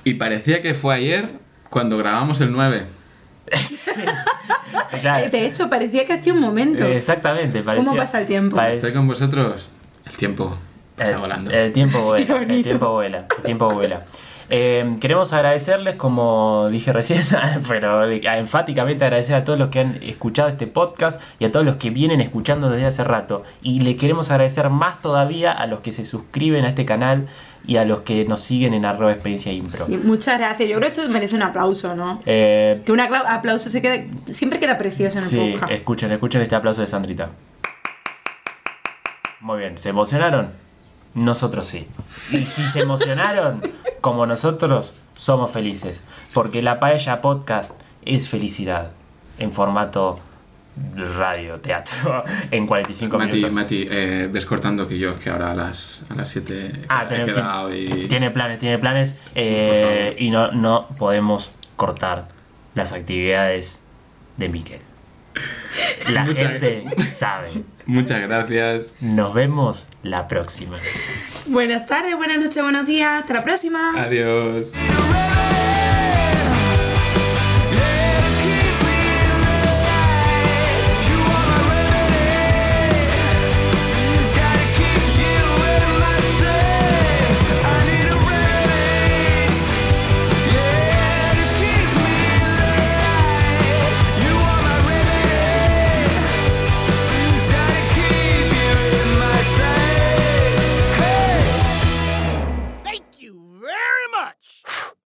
Speaker 1: Y parecía que fue ayer cuando grabamos el 9.
Speaker 2: Claro.
Speaker 3: Eh, De hecho, parecía que hacía un momento.
Speaker 2: Exactamente, parecía-
Speaker 3: ¿Cómo pasa el tiempo?
Speaker 2: parece-
Speaker 1: Estoy con vosotros. El tiempo pasa
Speaker 2: el,
Speaker 1: volando.
Speaker 2: el tiempo
Speaker 3: Qué
Speaker 2: vuela, el
Speaker 3: bonito.
Speaker 2: tiempo vuela, el tiempo vuela. Eh, queremos agradecerles, como dije recién, pero eh, enfáticamente agradecer a todos los que han escuchado este podcast y a todos los que vienen escuchando desde hace rato. Y le queremos agradecer más todavía a los que se suscriben a este canal y a los que nos siguen en arroba experiencia impro.
Speaker 3: Y Muchas gracias. Yo creo que esto merece un aplauso, ¿no?
Speaker 2: Eh,
Speaker 3: Que un acla- aplauso se quede, siempre queda precioso en el
Speaker 2: sí,
Speaker 3: podcast.
Speaker 2: escuchen, escuchen este aplauso de Sandrita. Muy bien, ¿se emocionaron? Nosotros sí. Y si se emocionaron, como nosotros, somos felices. Porque la Paella Podcast es felicidad. En formato radio, teatro, en 45
Speaker 1: Mati,
Speaker 2: minutos.
Speaker 1: Mati, eh, descortando que yo, que ahora a las, a las 7
Speaker 2: Ah,
Speaker 1: he
Speaker 2: tiene,
Speaker 1: quedado
Speaker 2: tiene-
Speaker 1: y...
Speaker 2: tiene planes, tiene planes. eh,
Speaker 1: favor.
Speaker 2: y no, no podemos cortar las actividades de Miquel. La
Speaker 1: Muchas
Speaker 2: gente sabe.
Speaker 1: Muchas gracias.
Speaker 2: Nos vemos la próxima.
Speaker 3: Buenas tardes, buenas noches, buenos días. Hasta la próxima.
Speaker 1: Adiós.
Speaker 4: Remedy,